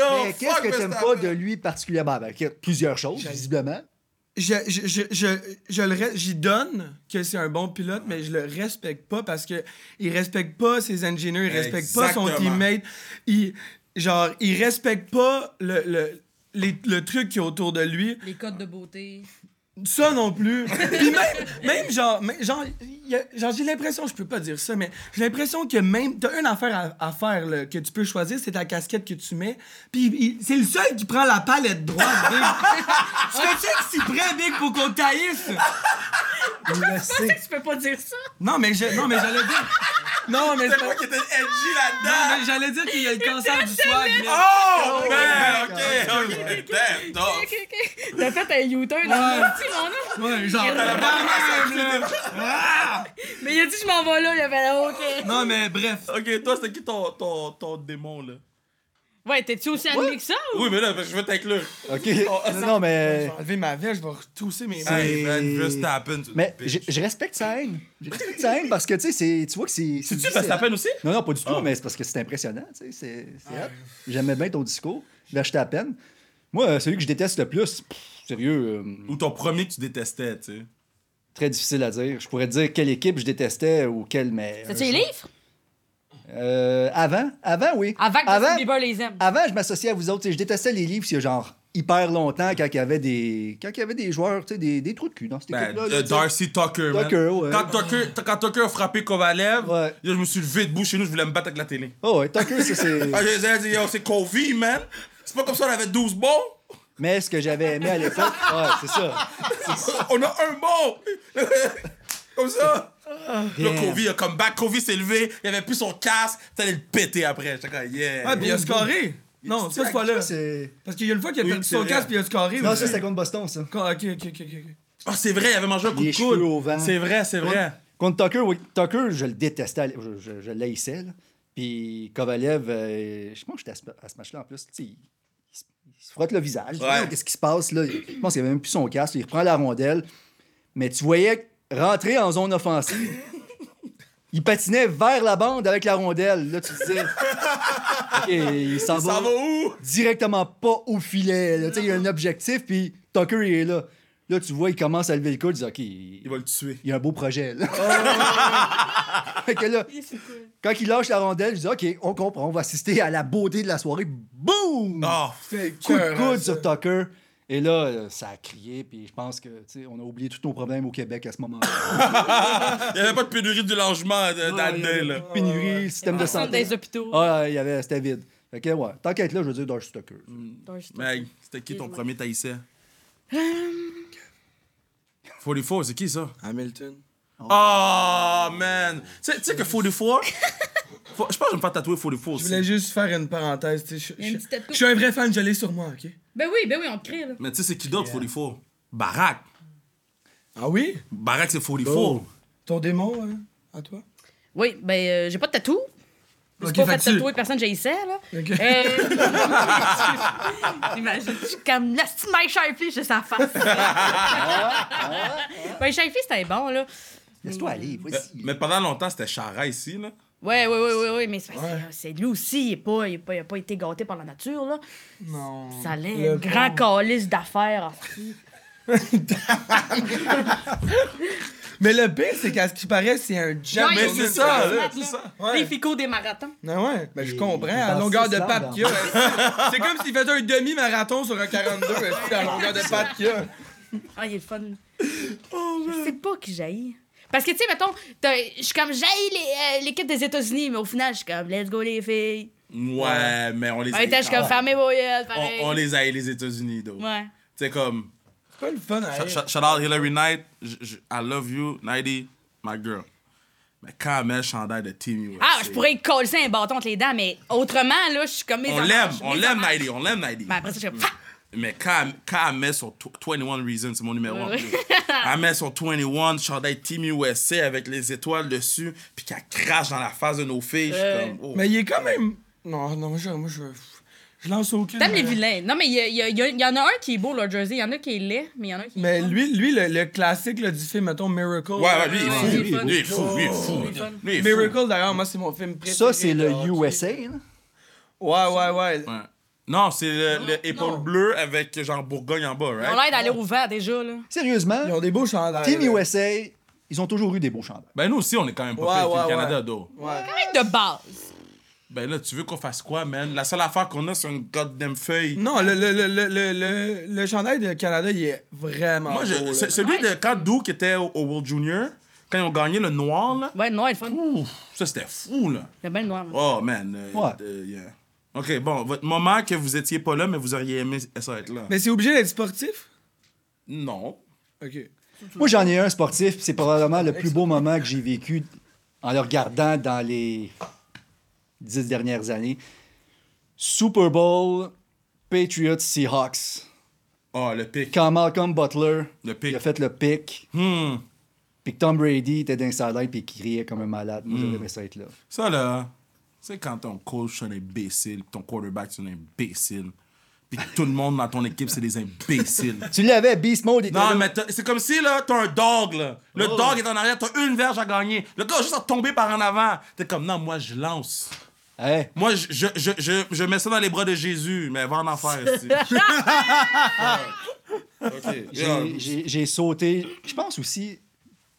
Oh, Mais qu'est-ce
fuck
que t'aimes pas
Verstappen.
de lui particulièrement? Ben, qu'il y a plusieurs choses, visiblement.
Je, je, je, je, je le re- j'y donne que c'est un bon pilote, mais je le respecte pas parce que il respecte pas ses ingénieurs, il respecte pas son
Exactement.
teammate. Il, genre, il respecte pas le, le, les- le truc qui est autour de lui.
Les codes de beauté.
Ça non plus. Puis même, même genre, mais genre, y a- genre, j'ai l'impression, je peux pas dire ça, mais j'ai l'impression que même, t'as une affaire à, à faire là, que tu peux choisir, c'est ta casquette que tu mets. Puis il- c'est le seul qui prend la palette droite, Big. tu fais-tu si près, Big, pour qu'on taillisse?
Il le sait.
Tu peux pas dire ça.
Non, mais je, non, mais j'allais dire. Non, mais,
C'est moi qui étais edgy
non,
là-dedans!
mais j'allais dire qu'il y a le cancer du swag. mais-
Oh,
ouais,
man! Ok, ok, damn, dog!
Ok, ok. T'as fait un U-turn dans le petit, mon homme.
Ouais, genre, dans le même, là.
Mais il a dit, je m'en vais là. Il a fait, ok.
Non, mais bref.
Ok, toi, c'était qui ton, ton, ton démon, là?
Ouais, t'es-tu aussi animé que ça? ou-
Oui, mais là, je vais t'inclure.
OK. Oh, Non, non,
Je
mais.
vais enlever ma veste, je vais retrousser mes mains.
Hey, man, Verstappen, tu
Mais je
bitch.
je respecte sa haine. Je respecte sa haine parce que, tu sais, c'est- tu vois que Ah. c'est. C'est
Tu Verstappen aussi?
Non, non, pas du tout, mais c'est parce que c'est impressionnant. tu sais, C'est c'est hot. J'aimais bien ton discours. Lâche ta peine. Moi, euh, celui que je déteste le plus, pff, sérieux, euh,
Ou ton premier que tu détestais, tu sais?
très difficile à dire. Je pourrais te dire quelle équipe je détestais ou quelle, mais.
T'as-tu les livres?
Euh, avant, avant, oui.
Avant que
avant,
Justin Bieber les
Ah,
aime.
avant, je m'associais à vous autres. tu sais, Je détestais les livres, c'est genre hyper longtemps quand il y avait des, quand il y avait des joueurs, tu sais, des, des trous de cul dans cette
Ben,
équipe-là. là,
euh,
tu sais.
Darcy Tucker, man.
Tucker, ouais.
Quand Tucker, quand Tucker a frappé Kovalev,
Ouais.
yo, je me suis levé debout chez nous, je voulais me battre avec la télé.
Oh, ouais, Tucker,
*laughs*
ça, c'est.
Ah, je les ai dit, yo, c'est Covid, man. C'est pas comme ça, on avait 12 bons.
Mais ce que j'avais aimé à l'époque, ouais, c'est ça.
On a un bon. *laughs* comme ça. Le Covid a come back. Covid s'est levé. Il avait plus son casque. T'allais le péter après. J'étais comme, yeah.
Ouais, puis il a scoré. Non, pas cette fois-là.
C'est-
Parce qu'il y a une fois qu'il a
Oui,
perdu
c'est
son
vrai.
casque puis il a scoré.
Non,
aussi.
ça, c'est contre Boston, ça.
Ah, Ok, ok, ok, ok.
Ah, c'est vrai, il avait mangé un coup
Les
de
cheveux au vent.
coude. C'est vrai, c'est vrai.
Contre Tucker, oui. Tucker, je le détestais. à l'- Je, je, je l'haïssais, là. Puis Kovalev, euh, je pense que j'étais à ce, à ce match-là en plus. Tu sais, il, il se- il se frotte le visage. Je
Ouais.
sais pas Qu'est-ce qui se passe, là? Je pense qu'il avait même plus son casque. Il reprend la rondelle. Mais tu voyais rentrer en zone offensive. Il patinait vers la bande avec la rondelle. Là, tu te disais. OK, il s'en
Ça va où?
directement pas au filet. là. Tu sais, il y a un objectif, puis Tucker, il est là. Là, tu vois, il commence à lever le coude, il dit OK, il
Il va le tuer.
il y a un beau projet. Là.
Oh,
*laughs* fait que là, quand il lâche la rondelle, je dis OK, on comprend, on va assister à la beauté de la soirée. Boum
Ah,
C'est
Coup de coude sur Tucker. Et là, euh, ça a crié, puis je pense que tu sais, on a oublié tous nos problèmes au Québec à ce moment-là.
*laughs* il n'y avait pas de pénurie du logement euh, dans le nez, là.
Pénurie, système de
Ensemble
santé.
des hôpitaux.
Ah, il y avait, c'était vide. Fait que, ouais, tant qu'à être là, je veux dire Darcy Tucker.
Meg, c'était qui ton premier taïssais? 44, c'est qui ça?
Hamilton.
Ah,
*laughs*
Oh, man! Tu sais- tu sais que 44, Faut- je pense que je vais me faire tatouer faux des faux
Je
aussi.
voulais juste faire une parenthèse. tu sais,
Il y a
Je,
une
je-
petite tatou.
je suis un vrai fan, je l'ai sur moi, ok?
Ben oui, ben oui, on te crée, là.
Mais tu sais, c'est qui d'autre faux des faux Barak.
Ah oui?
Barak, c'est faux des
Oh.
faux.
Ton démon, hein, à toi?
Oui, ben, euh, j'ai pas de tatou. Je
Ok,
suis pas
fait
fait
que tu-
tatouer, personne j'haïssais, là.
Ok.
Euh, *laughs* Imagine, je suis comme la petite Mike Shifley, je sa face.
Ah,
Mike Shifley, c'était bon, là.
Laisse-toi aller,
Mais,
voici.
mais pendant longtemps, c'était Chara ici, là.
Ouais, ouais, ouais, ouais, ouais, mais c'est
Ouais.
c'est- lui aussi, il n'a pas, il a pas, il a pas été gâté par la nature, là.
Non.
Ça allait,
Le
un grand
pauvre.
calice d'affaires. en fait.
Mais le pire, c'est qu'à ce qui paraît, c'est un
Non,
jam.
il
mais
est
c'est
sur
ça,
la
là,
map,
c'est ça.
Les
Ouais.
ficaux des marathons.
Ah ouais, ben je
Et-
comprends,
et
à
dans
longueur
six
de
langues,
patte
dans-
qu'il y a. *laughs* C'est comme s'il faisait un demi-marathon sur un 42, *laughs* est-ce, à longueur de patte qu'il y a.
Ah, il est le fun.
Oh,
je sais pas qui jaillit. Parce que, tu sais, mettons, t'as- je suis comme jaillit les- euh, l'équipe des États-Unis, mais au final, je suis comme, let's go les filles.
Ouais, mais on les Ah.
En même temps, je suis comme, fermez vos yeux, pareil.
on, on les haït, les États-Unis, d'où.
Ouais.
Tu sais, comme.
C'est pas le fun, à
Shout- Shout shout out Hillary Knight. J- j- I love you, Nighty, my girl. Mais quand elle met le chandail de Team USA.
Ah, je pourrais y coller ça un bâton entre les dents, mais autrement, là, je suis comme mes
On
hommages,
l'aime, on
mes
l'aime, Mm.
hommages.
Nighty, on l'aime, Nighty.
Mais après ça, je Ah, suis comme, Fuck!
Mais quand, elle- quand elle met son tw- 21 Reasons, c'est mon numéro un.
Ouais.
elle met son 21 chandail Team USA avec les étoiles dessus, puis qu'elle crache dans la face de nos filles, je suis
Ouais.
comme. oh.
Mais il est quand même. Non, non, moi je. Moi, je... je lance aucune. euh,
T'aimes les vilains. Non, mais il y, a- il y a- il y a- il y en a un qui est beau, leur jersey. Il y en a qui est laid, mais il y en a un qui est
Mais
fun.
lui, lui le, le classique là, du film, mettons Miracle. Euh,
Ouais, ouais, lui, il est
Ouais,
fou.
il est fun.
Lui, il est fou. Lui, il est fou.
il est fun.
Lui, il est fou.
Miracle, d'ailleurs, moi, c'est mon film préféré.
Ça, c'est le
de hockey.
USA. hein.
Ouais, ouais, ouais.
Ouais. Non, c'est le, le épaule
Non.
bleue avec genre Bourgogne en bas,
On
right?
l'air d'aller au vent déjà, là.
Ils
Sérieusement,
ont des beaux chandails.
Team
là.
euh,
USA, ils ont toujours eu des beaux chandails.
Ben nous aussi, on est quand même pas
Ouais,
pire que
ouais,
le Canada,
ouais.
d'eau.
Ouais.
Arrête de base.
Ben là, tu veux qu'on fasse quoi, man? La seule affaire qu'on a, c'est une goddamn feuille.
Non, le, le, le, le, le, le, le chandail de Canada, il est vraiment.
Moi,
beau,
je,
là.
c'est- celui de Kadou qui était au, au World Junior, quand ils ont gagné le noir, là.
Ouais, non, elle est fun.
Ouf, ça, c'était fou, là.
C'est bien noir.
Oh, man. euh,
Ouais.
euh, yeah. OK, bon, votre moment que vous étiez pas là, mais vous auriez aimé ça être là.
Mais c'est obligé d'être sportif?
Non.
Ok.
Moi, j'en ai un sportif, puis c'est probablement le plus beau moment que j'ai vécu en le regardant dans les dix dernières années. Super Bowl, Patriots, Seahawks.
Oh, le pic.
Quand Malcolm Butler
Le pick.
il a fait le pick,
Hmm.
puis que Tom Brady était dans le sideline, puis qu'il riait comme un malade. Moi,
Mm.
j'aurais aimé ça être là.
Ça, là, c'est quand ton coach, c'est un imbécile, ton quarterback, c'est un imbécile, puis que tout le monde dans ton équipe, c'est des imbéciles.
Tu l'avais, Beast Mode. était
Non,
là.
mais t'as- c'est comme si là, t'as un dog, là. Le dog est en arrière, t'as une verge à gagner. Le gars a juste à tomber par en avant. T'es comme, non, moi, je lance.
Hey,
Moi, je, je, je, je, je mets ça dans les bras de Jésus, mais va en enfer
*laughs*
ici.
j'ai- j'ai j'ai sauté. Je pense aussi,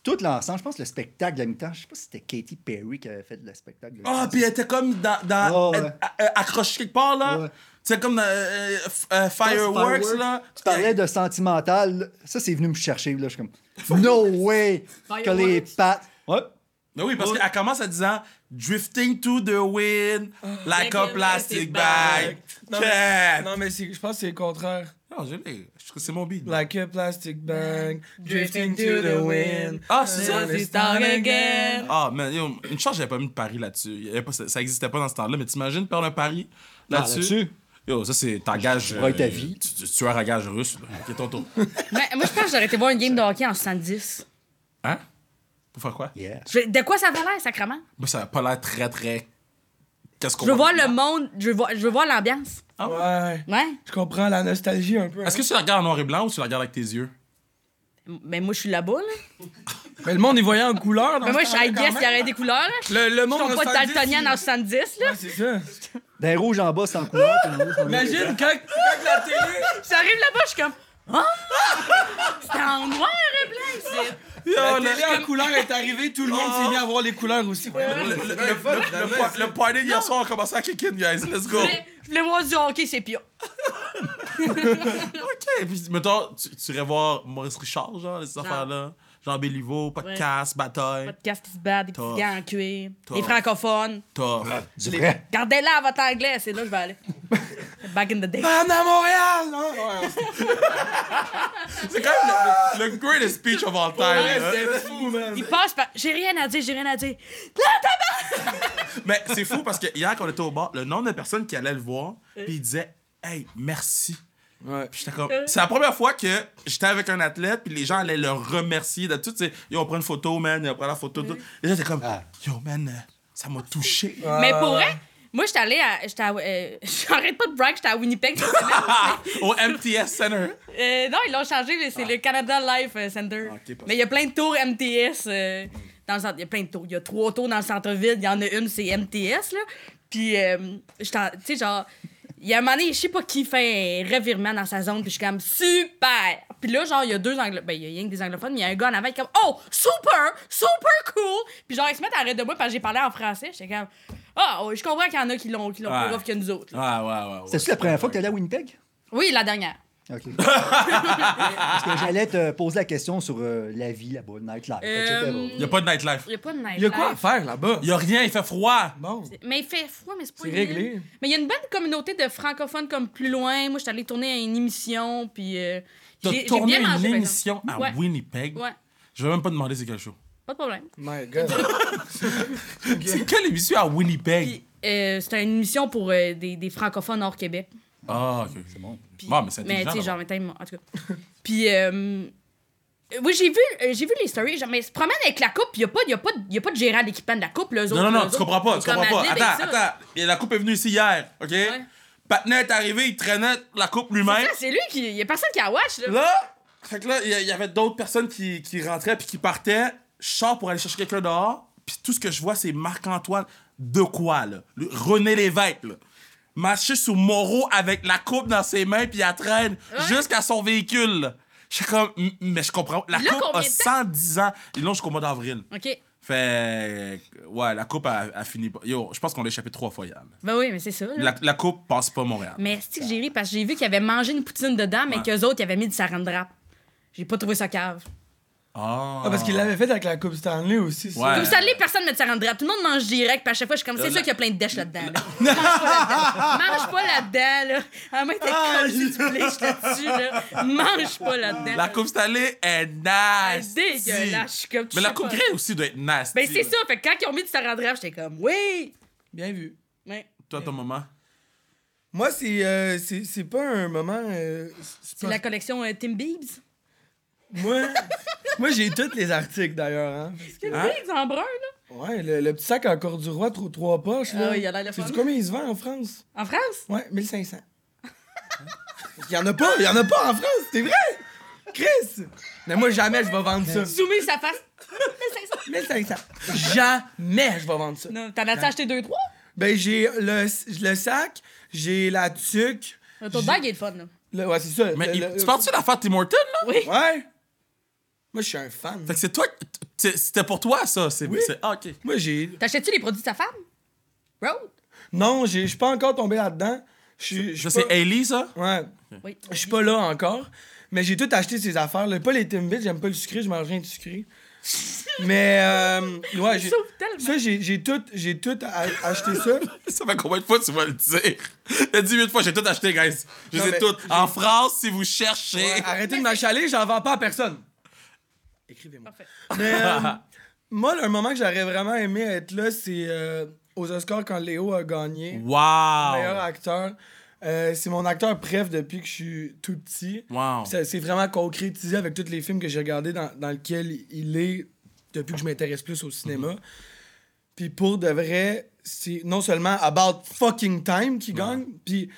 tout l'ensemble, je pense le spectacle de la mi-temps, je sais pas si c'était Katy Perry qui avait fait le spectacle. de la
Ah,
mi-temps.
puis elle était comme dans. dans
Ouais, ouais.
elle- elle- elle accrochée quelque part, là.
Ouais.
Tu sais, comme dans euh, f- euh, Fireworks, là.
Tu parlais de sentimental. Ça, c'est venu me chercher. Là. Je suis comme, no way que les
Fireworks.
pattes. Ouais.
Ben oui, parce qu'elle commence en disant Drifting to the wind,
Ah.
like a plastic bag.
Non, mais,
Cat.
non, mais c'est- je pense que c'est le contraire.
Non, je l'ai. Je trouve que C'est mon beat.
Like a plastic bag,
Mm.
drifting to the wind.
Ah, c'est ça?
Never start again.
Ah, mais yo, une chance, j'avais pas mis de pari là-dessus. Il y avait pas- ça ça existait pas dans ce temps-là, mais t'imagines perdre un pari là-dessus?
là-dessus.
Yo, ça, c'est ta gage. euh,
pourrais ta vie.
Tu, tu- tueur à gage russe, là. Ok, ton
*laughs*
tour.
Mais moi, je pense que j'aurais été voir une game de hockey en 70.
Hein? Pour faire quoi?
Yeah.
Je- De quoi ça va l'air, sacrement?
Ben, ça a pas l'air très, très. Qu'est-ce qu'on
Je veux
va- Ah,
voir le monde, je veux voir, je veux voir l'ambiance.
Ouais.
Ouais.
Je comprends la nostalgie un peu.
Est-ce que tu la regardes en noir et blanc ou tu la regardes avec tes yeux?
Mais moi, je suis là-bas, là.
Mais le monde, il voyait en couleur.
Mais
Dans ce
moi, je suis
temps-là,
I
Ah, quand
guess qu'il y
même.
aurait des couleurs, là.
Le, le
Ils
monde
sont pas
nostalgique,
daltoniens
il-
en 70, là.
Ouais, C'est ça.
D'un rouge en bas, c'est en couleur. puis le rouge
*laughs*
en haut.
Imagine quand, quand la *laughs* télé.
J'arrive là-bas, je suis comme. Ah! C'était en noir et blanc, ici.
La télé en couleur est arrivée, tout le monde s'est mis à voir les couleurs aussi.
Le, le, le, le- le pa- le party d'hier soir a commencé à kick in, guys. Let's go.
Je voulais- Je voulais voir du hockey, c'est pire.
OK. Puis, mettons, tu, tu irais voir Maurice Richard, genre, les affaires-là. Jean Béliveau, podcast, bataille.
Podcast qui se bat, des petits
Tough.
gars en cuir, des
Tough.
francophones.
Tough.
Du vrai.
Gardez-la à votre anglais, c'est là que je vais aller. Back in the day.
Bande à Montréal! hein? Ouais,
C'est quand même le, le greatest speech of all time.
ouais,
là.
c'était fou, man.
Il passe par. J'ai rien à dire, j'ai rien à dire. Là, tabarnak!
Mais c'est fou parce que hier, quand on était au bar, le nombre de personnes qui allaient le voir, puis ils disaient Hey, merci.
Ouais.
Puis j'étais comme- C'est la première fois que j'étais avec un athlète, puis les gens allaient le remercier. D'habitude, tu sais, Yo, on prend une photo, man, on prend la photo. tout. Les gens étaient comme
Ah.
Yo, man, euh, ça m'a touché.
Mais pour vrai, moi, j'étais allée à. J'étais à, euh, *laughs* J'arrête pas de brag, j'étais à Winnipeg cette semaine.
Ah, au MTS Center.
Euh, non, ils l'ont changé, mais c'est le Canada Life euh, Center.
Ah, ok, parce-
mais il y a plein de tours MTS euh, dans le centre. Il y a plein de tours. Il y a trois tours dans le centre-ville. Il y en a une, c'est MTS, là. Puis, euh, j'étais en- tu sais, genre, il y a un moment donné, je sais pas qui fait un revirement dans sa zone, puis je suis comme super. Puis là, genre, il y a deux anglophones. Ben, il y a rien que des anglophones, mais il y a un gars en avant qui est comme oh, super, super cool. Puis genre, ils se mettent à arrêter de moi parce que j'ai parlé en français. J'étais comme ah, ouais, je comprends qu'il y en a qui l'ont qui l'ont
Ouais.
plus rough que nous autres. là.
Ah, ouais, ouais. ouais.
C'était-tu la première fois que tu allais à Winnipeg?
Oui, la dernière.
OK. Parce que j'allais te poser la question sur euh, la vie là-bas, le nightlife,
Euh,
etc.
Il a pas de nightlife.
Il y a pas de
Il y a quoi à faire là-bas?
Il y a rien, il fait froid.
Bon.
Mais il fait froid, mais c'est pas
C'est
une
réglé.
île. Mais il y a une bonne communauté de francophones comme plus loin. Moi, j'étais allée tourner à une émission, puis euh,
T'as
j'ai j'ai
tourné
bien mangé.
Ah une
par exemple.
émission à
ouais.
Winnipeg.
ouais,
Je vais même pas demander c'est quel show.
pas de problème.
My God.
C'est quelle émission à Winnipeg?
Puis euh, c'était une émission pour euh, des, des francophones hors Québec.
Ah, ok. C'est
bon.
Bon, mais c'est
Mais tu sais, genre,
intelligent.
maintenant, en tout
*laughs*
cas. puis euh, euh, oui, j'ai vu, euh, j'ai vu les stories. Genre, mais ils se promènent avec la coupe, puis il n'y a, pas- y a, pas de- y a pas de gérant d'équipement de la coupe, les autres.
Non, non,
eux
non, tu
autres,
comprends pas,
ils
tu comprends
comme
pas.
à venir
Attends,
avec ça.
attends. Et la coupe est venue ici hier, OK? Patna est arrivé, il traînait la coupe lui-même.
Ah, C'est lui qui. Il n'y a personne qui a watch, là.
Là, fait que là, il y a- il y avait d'autres personnes qui, qui rentraient puis qui partaient. Je sors pour aller chercher quelqu'un dehors. Puis tout ce que je vois, c'est Marc-Antoine de quoi, là? Le- René Lévesque, là. Marcher sur Moreau avec la coupe dans ses mains puis elle traîne jusqu'à son véhicule. là. Je suis comme, M- mais je comprends. La
Il a
coupe a
combien de temps?
110 ans. Ils l'ont jusqu'au mois d'avril.
OK.
Fait que, ouais, la coupe a, a fini. Yo, je pense qu'on l'a échappé trois fois hier. là.
Ben oui, mais c'est ça. là.
La, la coupe passe pas Montréal.
Mais c'est que j'ai ri parce que j'ai vu qu'il avait mangé une poutine dedans, mais
Ouais.
qu'eux autres, ils avaient mis du saran wrap. J'ai pas trouvé ça cave.
Ah,
Ah, parce qu'il l'avait fait avec la Coupe Stanley aussi. ça.
Ouais. Euh,
Comme ça, les personnes mettent du saran wrap. Tout le monde mange direct, puis à chaque fois, je suis comme, c'est sûr qu'il y a plein de dèches là-dedans. là. Mange pas là-dedans. Mange pas là-dedans, là. À moins que
Ah,
t'aies collé
il-
du bleach là-dessus, là. Mange pas là-dedans.
La coupe Stanley est nasty.
Elle est dégueulasse, je suis comme, tu
Mais la
sais
coupe
pas.
Grey aussi doit être nasty.
Ben, c'est
là.
ça. Fait que quand ils ont mis du saran wrap, j'étais comme, oui.
Bien vu.
Ouais.
Toi, ton moment.
Moi, c'est euh, c'est c'est pas un moment. euh,
C'est la collection euh, Tim Biebs.
Hein?
*laughs* Moi, moi j'ai tous les articles d'ailleurs. Hein. parce que-
Tim
Hein?
Biebs en brun, là.
Ouais, le, le petit sac en corps du roi, trop trois poches.
Ah
Là.
oui, il a l'air le fun.
Sais-tu combien il se vend en France?
En France?
Ouais, 1500. il y en a pas, il y en a pas en France, c'est vrai! Chris! Mais moi, jamais je vais vendre ça.
Zoomer sa
*laughs*
face. Mais c'est ça.
1500. Jamais je vais vendre ça.
Non, T'en as-tu acheté deux, trois?
Ben, j'ai le, le sac, j'ai la tuque.
Ton bag est le fun, là.
le- ouais, c'est ça.
Mais
le-
il-
le-
tu parles-tu de l'affaire Tim Horton, là?
Oui.
Ouais. Moi, je suis un fan.
Fait que c'est toi. t- c'est- C'était pour toi, ça. C'est,
Oui.
c'est- ah, ok.
Moi, j'ai.
T'achètes-tu les produits de sa femme? Road?
Non, j'ai- je suis pas encore tombé là-dedans. Je suis- je
Ça,
suis
c'est
pas-
Hailey, ça? *laughs*
Ouais.
Oui.
Je suis pas là encore. Mais j'ai tout acheté ces affaires. là. Pas les Timbits, j'aime pas le sucré, je mange rien
*laughs*
de sucré. Mais, euh, ouais, j'ai.
Sauf tellement.
Ça, j'ai j'ai tout, j'ai tout a- acheté ça.
Ça fait combien de fois tu vas le dire? T'as 18 fois, j'ai tout acheté, guys. Je
Non,
les ai
mais
toutes. En France, si vous cherchez.
Ouais, arrêtez de m'achaler, j'en vends pas à personne. Écrivez-moi. Mais,
*laughs*
euh, moi, le moment que j'aurais vraiment aimé être là, c'est euh, aux Oscars quand Léo a gagné. meilleur
Wow!
acteur. Euh, c'est mon acteur préf depuis que je suis tout petit.
Wow.
Puis Ça s'est vraiment concrétisé avec tous les films que j'ai regardés dans, dans lesquels il est depuis que je m'intéresse plus au cinéma.
Mm-hmm.
Puis pour de vrai, c'est non seulement About Fucking Time qui gagne, puis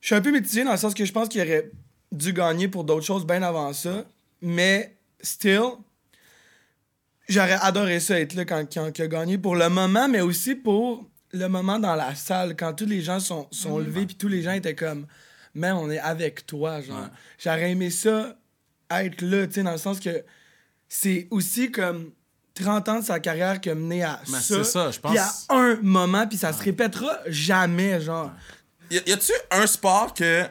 je suis un peu mitigé dans le sens que je pense qu'il aurait dû gagner pour d'autres choses bien avant ça, mais still, j'aurais adoré ça être là quand, quand il a gagné pour le moment, mais aussi pour le moment dans la salle, quand tous les gens sont, sont
Mm.
levés, puis tous les gens étaient comme, mais on est avec toi, genre.
Ouais.
J'aurais aimé ça être là, tu sais, dans le sens que c'est aussi comme 30 ans de sa carrière qui a mené à
Mais
ça.
c'est ça, je pense.
Puis à un moment, puis ça se répétera jamais, genre.
Y a- y a-tu un sport que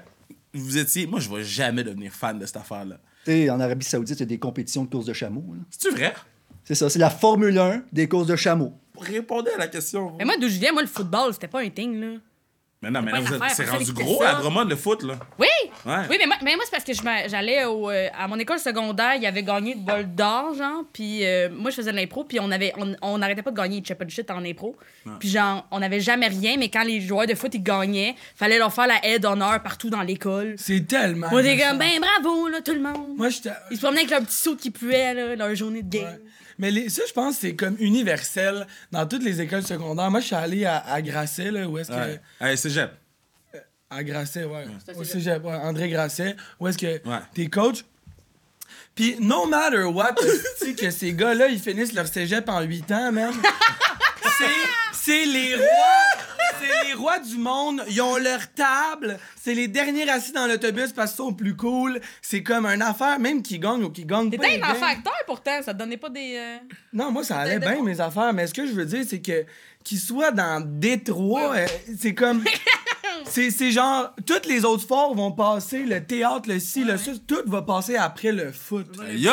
vous étiez. Moi, je vais jamais devenir fan de cette affaire-là.
Tu sais, en Arabie Saoudite, il y a des compétitions de courses de chameaux. là.
C'est-tu vrai?
C'est ça, c'est la Formule 1 des courses de chameaux.
Répondez à la question. vous.
Mais moi, d'où je viens, moi, le football, c'était pas un thing, là.
Mais non, mais
pas
là,
une
vous êtes-
affaire,
c'est
pour ça,
rendu
les
gros
petits
à
ça.
Drummond, le foot, là.
Oui!
Ouais.
Oui, mais moi, mais moi, c'est parce que je m'a- j'allais au, euh, à mon école secondaire, il y avait gagné le bol d'or, genre, puis euh, moi, je faisais de l'impro, puis on avait on on n'arrêtait pas de gagner, ils chippaient du shit en impro. Puis genre, on n'avait jamais rien, mais quand les joueurs de foot, ils gagnaient, fallait leur faire la aide d'honneur partout dans l'école.
C'est tellement.
Moi, des
méchant.
gars, ben bravo, là, tout le monde!
Moi, j'étais.
Ils se promenaient avec leur petit saut qui puait, là, leur journée de game.
Ouais. Mais les- ça, je pense que c'est comme universel dans toutes les écoles secondaires. Moi, je suis allé à, à Grasset, là, où est-ce
Ouais.
que.
Hey, cégep.
À Grasset, ouais. Au cégep, ouais. André Grasset, où est-ce que
Ouais.
t'es coach. Puis, no matter what, tu sais que ces gars-là, ils finissent leur cégep en 8 ans, même. c'est les rois. C'est les rois du monde. Ils ont leur table. C'est les derniers assis dans l'autobus parce qu'ils sont plus cool. C'est comme un affaire, même qui gagne ou qui gagne pas.
T'étais
ils
un enfant
gagnent.
acteur, pourtant, ça te donnait pas des... euh,
Non, moi, ça allait
C'était
bien, mes affaires. Mais ce que je veux dire, c'est que qu'ils soient dans Détroit, euh, c'est comme. c'est c'est genre. Toutes les autres sports vont passer, le théâtre, le ci, le ça, tout va passer après le foot.
Yup!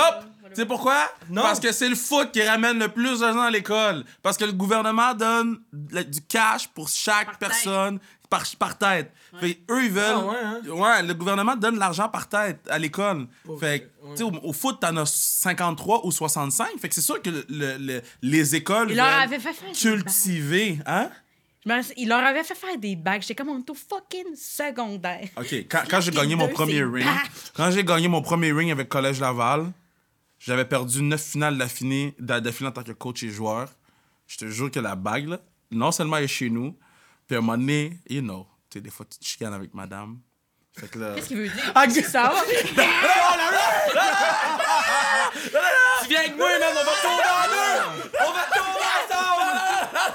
Tu sais pourquoi?
Non.
Parce que c'est le foot qui ramène le plus de gens à l'école. Parce que le gouvernement donne le- du cash pour chaque
Par tête.
personne par, par tête. Fait que eux, ils veulent.
Ah ouais, hein?
Ouais, le gouvernement donne de l'argent par tête à l'école. Fait que,
ouais.
tu sais, au, au foot, t'en as 53 ou 65. Fait que c'est sûr que le- le- le- les écoles
Il leur
veulent
avait fait faire des
cultiver. Hein?
Je me rappelle, Il leur avait fait faire des bagues. J'étais comme on est au fucking secondaire.
OK, quand, quand j'ai gagné mon
deux,
premier
c'est
ring,
back.
quand j'ai gagné mon premier ring avec Collège Laval, j'avais perdu neuf finales d'affiné- d'a- d'affilée en tant que coach et joueur. Je te jure que la bague, là, non seulement elle est chez nous, puis à un moment donné, you know, tu sais, des fois, tu te chicanes avec madame. Fait que là...
Qu'est-ce qu'il veut dire? Ah,
*laughs*
ça va?
Tu viens avec moi, man, on va tomber en deux! On va tomber ensemble!
Ah,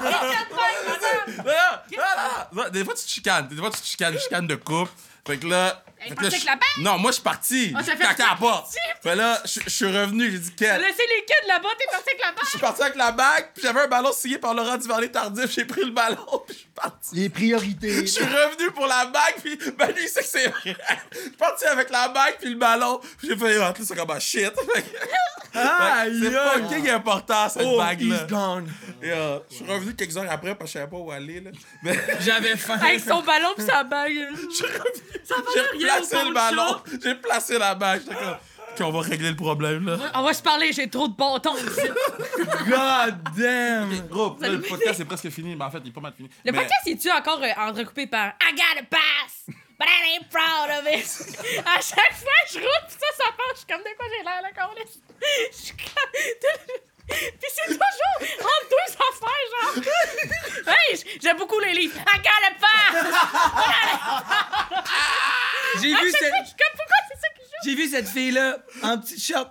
ah, ah. Des fois, tu te chicanes. Des fois, tu te chicanes, tu te chicanes de couple. Fait que là...
Elle est
fait que
partie avec
je-
la bague?
Non, moi, je suis parti.
Ah, ça
J'ai
fait
claqué à la porte.
partie.
Fait là, je je suis revenu, j'ai dit, Quel?
Laissez les kids là-bas, t'es parti avec la
Je
bague!
suis parti avec la bague, puis j'avais un ballon signé par Laurent Duvernay Tardif. J'ai pris le ballon, *laughs* puis je suis parti.
Les priorités.
Je suis revenu pour la bague, puis ben lui, il sait que c'est vrai. Je suis parti avec la bague, puis le ballon, puis j'ai fait, ah, tout ça comme un shit. Fait que-
Aïe,
c'est
aïe.
fucking important, cette
Oh,
bague-là.
he's gone.
Et, euh, Je suis revenu quelques heures après, parce que je savais pas où aller. Là. Mais
J'avais faim.
Avec son ballon pis sa bague.
*laughs* j'ai
rien, on
placé
parle
le
de
ballon, j'ai placé la bague. J'étais comme, OK, on va régler le problème, là.
On va se parler, j'ai trop de bâtons ici.
*laughs* God damn!
Gros, là,
allez
le podcast est presque fini, mais en fait, il est pas mal fini.
Le
Mais-
podcast est-tu encore euh, entrecoupé par I got a pass, but I ain't proud of it? *laughs* à chaque fois, je roule, pis ça, ça marche. Je suis comme de quoi j'ai l'air, là, qu'on laisse. Je suis comme. *laughs* Pis c'est toujours entre deux affaires, genre. *laughs* hey, j- j'aime beaucoup les livres. I got a pass!
J'ai
À
vu
chaque fois, je
cette.
suis comme, pourquoi c'est ça qui joue?
J'ai vu cette fille-là en petite shop.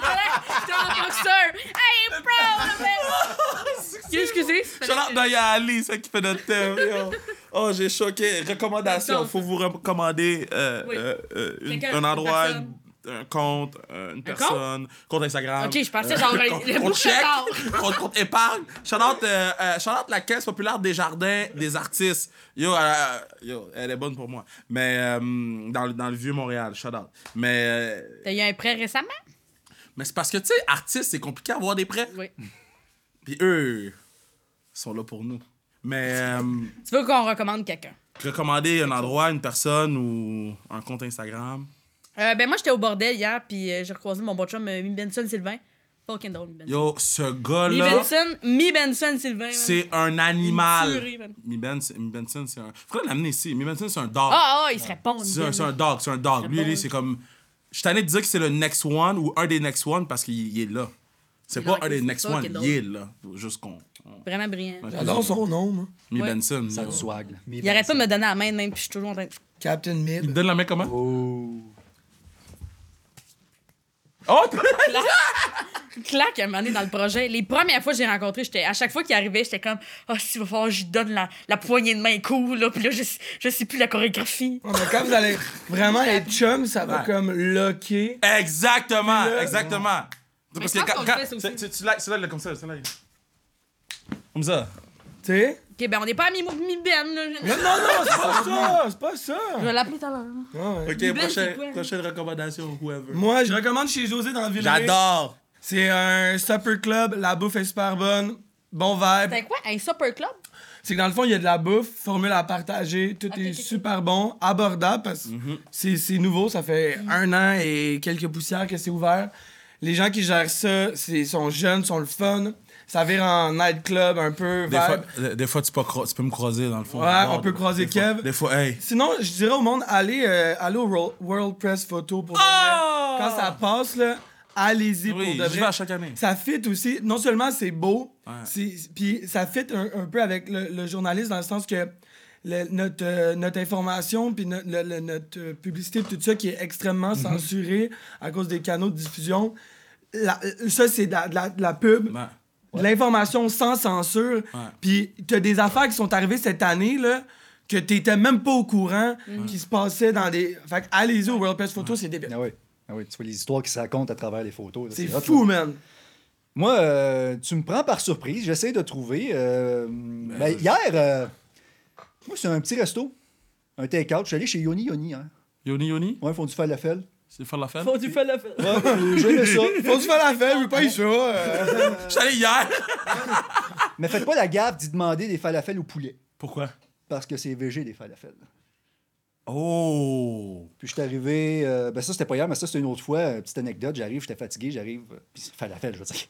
Voilà, J'étais en boxeur. I ain't proud of it! Excusez.
Shout out non, il y a Ali, c'est elle qui fait notre thème. yo. Oh, j'ai choqué. Recommandation. Faut vous recommander euh,
Oui.
euh, euh, une-
Quelqu'un,
un
une
endroit,
personne.
une- un compte, euh, une personne, compte, Instagram. Euh,
Ok, je pensais genre le-
compte,
le
compte
bouche à
chèque,
tard.
*laughs* compte, compte épargne. Shout out, euh, euh, shout out la Caisse populaire des jardins des artistes. Yo, euh, yo elle est bonne pour moi. Mais euh, dans, le- dans le vieux Montréal, shout out. Mais, euh,
T'as eu un prêt récemment?
mais c'est parce que, tu sais, artiste, c'est compliqué à avoir des prêts.
Oui.
Puis eux sont là pour nous. Mais. euh,
Tu veux qu'on recommande quelqu'un?
recommander un endroit, une personne ou un compte Instagram.
Euh, ben moi j'étais au bordel hier puis euh, j'ai recroisé mon bon chum euh, Mi Benson Sylvain. Fucking drôle Mi Benson.
Yo, ce
Mi
gars-là,
Benson, Mi Benson Sylvain. man.
c'est un
Une
animal.
tuerie, man.
Mi Benson, Mi Benson, c'est un. Faudrait l'amener ici. Mi Benson, c'est un dog.
Ah ah, il serait bon. Mi
c'est un, c'est un
Benson.
dog, c'est un dog. Lui,
bon.
lui, c'est comme. Je suis tanné de dire que c'est le next one ou un des next one parce qu'il il est là. C'est
Il
pas
est là,
un des
c'est
next
ça qui
one,
est
il
drôle.
est là. Faut Juste qu'on. on-
Vraiment brillant.
J'adore son nom, moi.
Mi
Ouais.
Benson.
Ça
yo.
du swag.
Il arrête pas de me donner la main de même puis je suis toujours en train de...
Captain Mid.
Donne la main comment?
Oh.
Oh!
claque à un moment donné dans le projet. Les premières fois que j'ai rencontré, j'étais à chaque fois qu'il arrivait, j'étais comme ah si va falloir que je lui donne la, la poignée de main cool là puis là je, je sais plus la chorégraphie.
Ouais, mais quand vous allez vraiment être chum, ça va
Ouais.
comme loquer.
Exactement,
Puis là-
exactement. C'est Parce
je
que
pense
quand,
qu'on
quand-
le fait, ça aussi.
c'est- c'est- tu l'as, celui-là, il est comme ça, celui-là, il est- Comme ça.
Tu sais?
Ok ben on n'est pas amis moi Mi Ben là. Je-
Non, non, non, c'est pas ça! C'est pas ça!
Je vais l'appeler tout à l'heure.
Ouais, ouais.
Blanc,
Ok,
c'est quoi?
prochaine, prochaine recommandation, whoever.
Moi, je recommande chez José dans Ville.
J'adore.
C'est un supper club, la bouffe est super bonne. Bon vibe.
C'était quoi un supper club?
C'est que dans le fond, il y a de la bouffe, formule à partager, tout
Ok,
est
ok, ok.
super bon, abordable parce que
Mhm.
c'est- c'est nouveau, ça fait un an et quelques poussières que c'est ouvert. Les gens qui gèrent ça, c'est sont jeunes, sont le fun. Ça vire en nightclub un peu.
Des
vibe.
fois, des- des fois, tu peux, cro- tu peux me croiser dans le fond.
Ouais,
Regarde,
on peut croiser
des fois-
Kev.
Des fois, hey.
Sinon, je dirais au monde, allez, euh, allez au World- World Press Photo pour
Oh!
de vrai. Quand ça passe, là,
Oui,
allez-y pour de
j'y
vrai.
vais à chaque année.
Ça fit aussi. Non seulement c'est beau,
Ouais.
c'est- puis ça fit un, un peu avec le, le journaliste dans le sens que le- notre, euh, notre information, puis no- le- le- notre euh, publicité, puis tout ça qui est extrêmement
Mhm.
censuré à cause des canaux de diffusion. La- euh, ça, c'est de la, de la- de la pub.
Ouais.
De L'information sans censure.
Ouais.
Puis t'as des affaires qui sont arrivées cette année là que t'étais même pas au courant
Mm.
qui se passaient dans des. Fait que allez-y au World Press Photo, c'est débile.
Ah oui. Ah oui, tu vois les histoires qui se racontent à travers les photos. là,
C'est
hot,
fou,
là.
man.
Moi, euh, tu me prends par surprise. J'essaie de trouver. euh, ben,
je-
hier, euh, moi, c'est un petit resto, un take-out. Je suis allé chez Yoni Yoni. Hein.
Yoni, Yoni,
Ouais, ils font du falafel.
c'est faire Oh, la fête.
Faut du falafel.
Ouais, J'aimais ça.
Faut que tu fasses la fête, mais pas y ça. euh.
*laughs* Je suis allé hier.
Mais faites pas la gaffe d'y demander des falafels au poulet.
Pourquoi?
Parce que c'est végé des falafels.
Oh!
Puis je suis arrivé. euh, ben ça, c'était pas hier, mais ça, c'est une autre fois. euh, Petite anecdote. J'arrive, j'étais fatigué, j'arrive. euh, Puis c'est falafel, je veux dire. *laughs*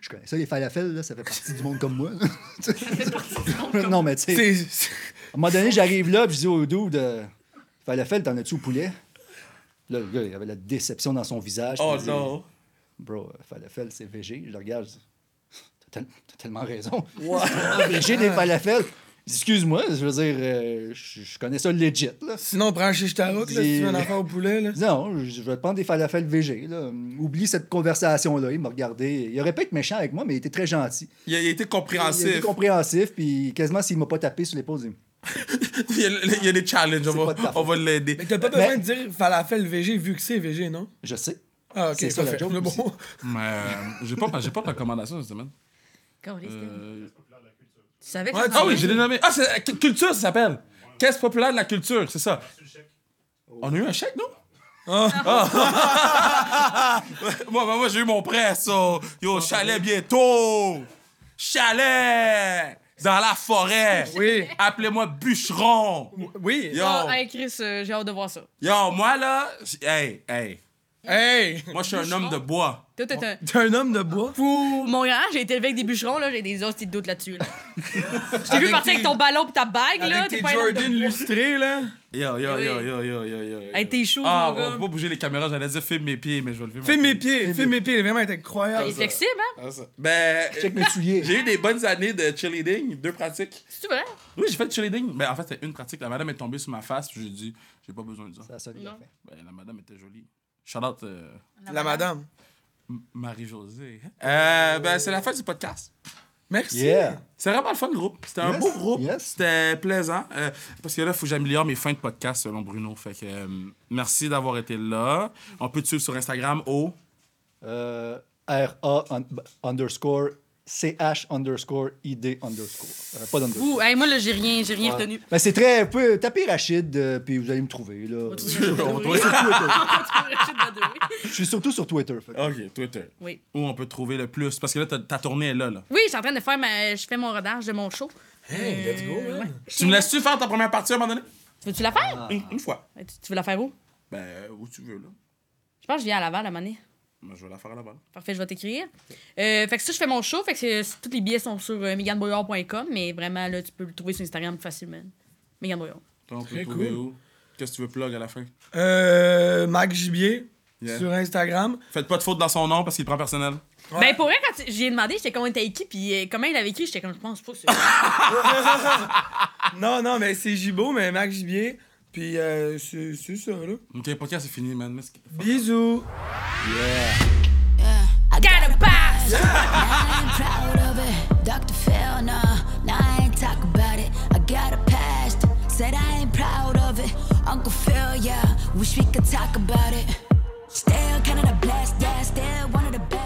Je connais ça, les falafels, là, ça fait partie du monde comme moi. *laughs* non, mais tu sais.
C'est-
*laughs*
c'est-
À un moment donné, j'arrive là, puis je dis au dude, euh, falafel, t'en as-tu au poulet? Là, le gars, il avait la déception dans son visage.
Oh
Il dit,
non.
Bro, euh, falafel, c'est végé. Je le regarde, je dis, t'as tel- t'as tellement raison. C'est vraiment végé des falafels. Je dis, Excuse-moi, je veux dire, euh, je je connais ça legit, là.
Sinon, prends un shish tarot, là, si tu veux un affaire au poulet, là.
Je dis, Non, je je vais te prendre des falafels végé, là. Oublie cette conversation-là. Il m'a regardé. Il aurait pas été méchant avec moi, mais il était très gentil.
Il a, il a été
Il était
compréhensif.
compréhensif, puis quasiment s'il m'a pas tapé sur l'épaule, il dit,
*laughs* Il y a, il y a des challenges,
C'est
on
pas de ta
va, on
faute.
va l'aider.
Mais t'as pas besoin
Mais-
de dire falafel VG vu que c'est VG, non?
Je sais.
Ah, ok,
C'est ça, la
parfait.
joke
Mais
aussi.
bon.
Mais euh, j'ai pas, j'ai pas de recommandation cette semaine.
Caliste, Kevin.
Euh,
Tu savais que
Ouais,
ça
tu-
Ah oui,
marchait?
j'ai dénommé. Ah, c'est cu- culture, ça s'appelle. Caisse populaire de la culture, c'est ça. On a eu un chèque, non? Ah. *laughs* moi, moi, moi, j'ai eu mon prêt, ça. Yo, chalet bientôt. Chalet dans la forêt.
Oui.
Appelez-moi bûcheron.
Oui.
Yo,
Ah, hey, Chris, euh, j'ai hâte de voir ça.
yo, moi là, j- hey, hey.
Hey!
Moi, je suis un homme de bois.
Toi, t'es un.
T'es un homme de bois?
Pour mon grand, j'ai été élevé avec des bûcherons, là, j'ai des hosties de doutes là-dessus. Là. je t'ai vu
Avec
partir avec
tes-
ton ballon pis ta bague, là.
Avec
T'es
tes
pas un homme de-
Jordan lustrés, là.
Yo, yo,
Eh
yo,
oui.
yo, yo, yo, yo. yo.
Hey, t'es chaud,
Ah,
mon
on
gars.
va pas bouger les caméras, j'allais dire filme mes pieds, mais je vais le filmer.
Fais mes pieds, fais mes pieds, vraiment, t'es incroyable.
Il est flexible, hein?
Ah, ça. Ben,
Check mes souliers.
J'ai eu des bonnes années de cheerleading, deux pratiques.
C'est-tu vrai?
Oui, j'ai fait du cheerleading. Mais en fait, c'était une pratique. La madame est tombée sur ma face, puis j'ai dit, j'ai pas besoin de ça.
Ça sonne
Non.
parfait.
Ben, la madame était jolie. Shout out euh,
La madame.
M- Marie-Josée. Euh, ben, c'est la fin du podcast.
Merci.
Yeah.
C'est vraiment le fun groupe. C'était un
Yes,
beau groupe.
yes.
C'était plaisant. euh, parce que là, il faut que j'améliore mes fins de podcast selon Bruno. Fait que euh, merci d'avoir été là. On peut te suivre sur Instagram au.
Euh, RA un- b- underscore CH underscore ID underscore. Euh, pas d'underscore.
Ouh, hey, moi, là, j'ai rien, j'ai rien
*laughs*
retenu.
Ben, c'est très. peu tapez Rachid, euh, puis vous allez me trouver.
*laughs*
Là.
On va
Oui.
trouver sur Twitter.
Je suis surtout sur Twitter. fait que-
ok, Twitter.
Oui.
Où on peut te trouver le plus. Parce que là, ta, ta tournée est là. là.
Oui, je suis en train de faire ma. Je fais mon rodage de mon show.
Hey, let's go, man.
Tu me laisses-tu faire ta première partie à un moment donné?
Tu veux-tu la
Ah.
faire?
Une- une fois.
Tu tu veux la faire où?
Ben, euh, où tu veux, là.
Je pense que je viens à Laval à un moment donné.
Moi, je vais la faire à la balle.
Parfait, je vais t'écrire. Euh, fait que ça, je fais mon show. Fait que c'est- c'est- tous les billets sont sur euh, meganboyard.com, mais vraiment, là, tu peux le trouver sur Instagram facilement. Megan Boyard.
Toi, on peut
Très
te trouver
cool.
où? Qu'est-ce que tu veux plug à la fin?
Euh, Mac Gibier
Yeah.
sur Instagram.
Faites pas de faute dans son nom parce qu'il prend personnel.
Ouais.
Ben, pour vrai, quand tu- j'ai demandé, j'étais comment t'as écrit, puis euh, comment il avait écrit, j'étais comme, je pense pas. ça.
Non, non, mais c'est Gibo, mais Mac Gibier. Puis euh, c'est c'est ça, là.
Ok, le podcast, c'est fini, man. Mais c'est-
Bisous.
I got
Gotta
a *laughs*
pass!
I ain't proud of it. Dr. Phil, no, no, I ain't talk about it. I got a past, said I ain't proud of it. Uncle Phil, yeah, wish we could talk about it. Still kind of the best, yeah, still one of the best.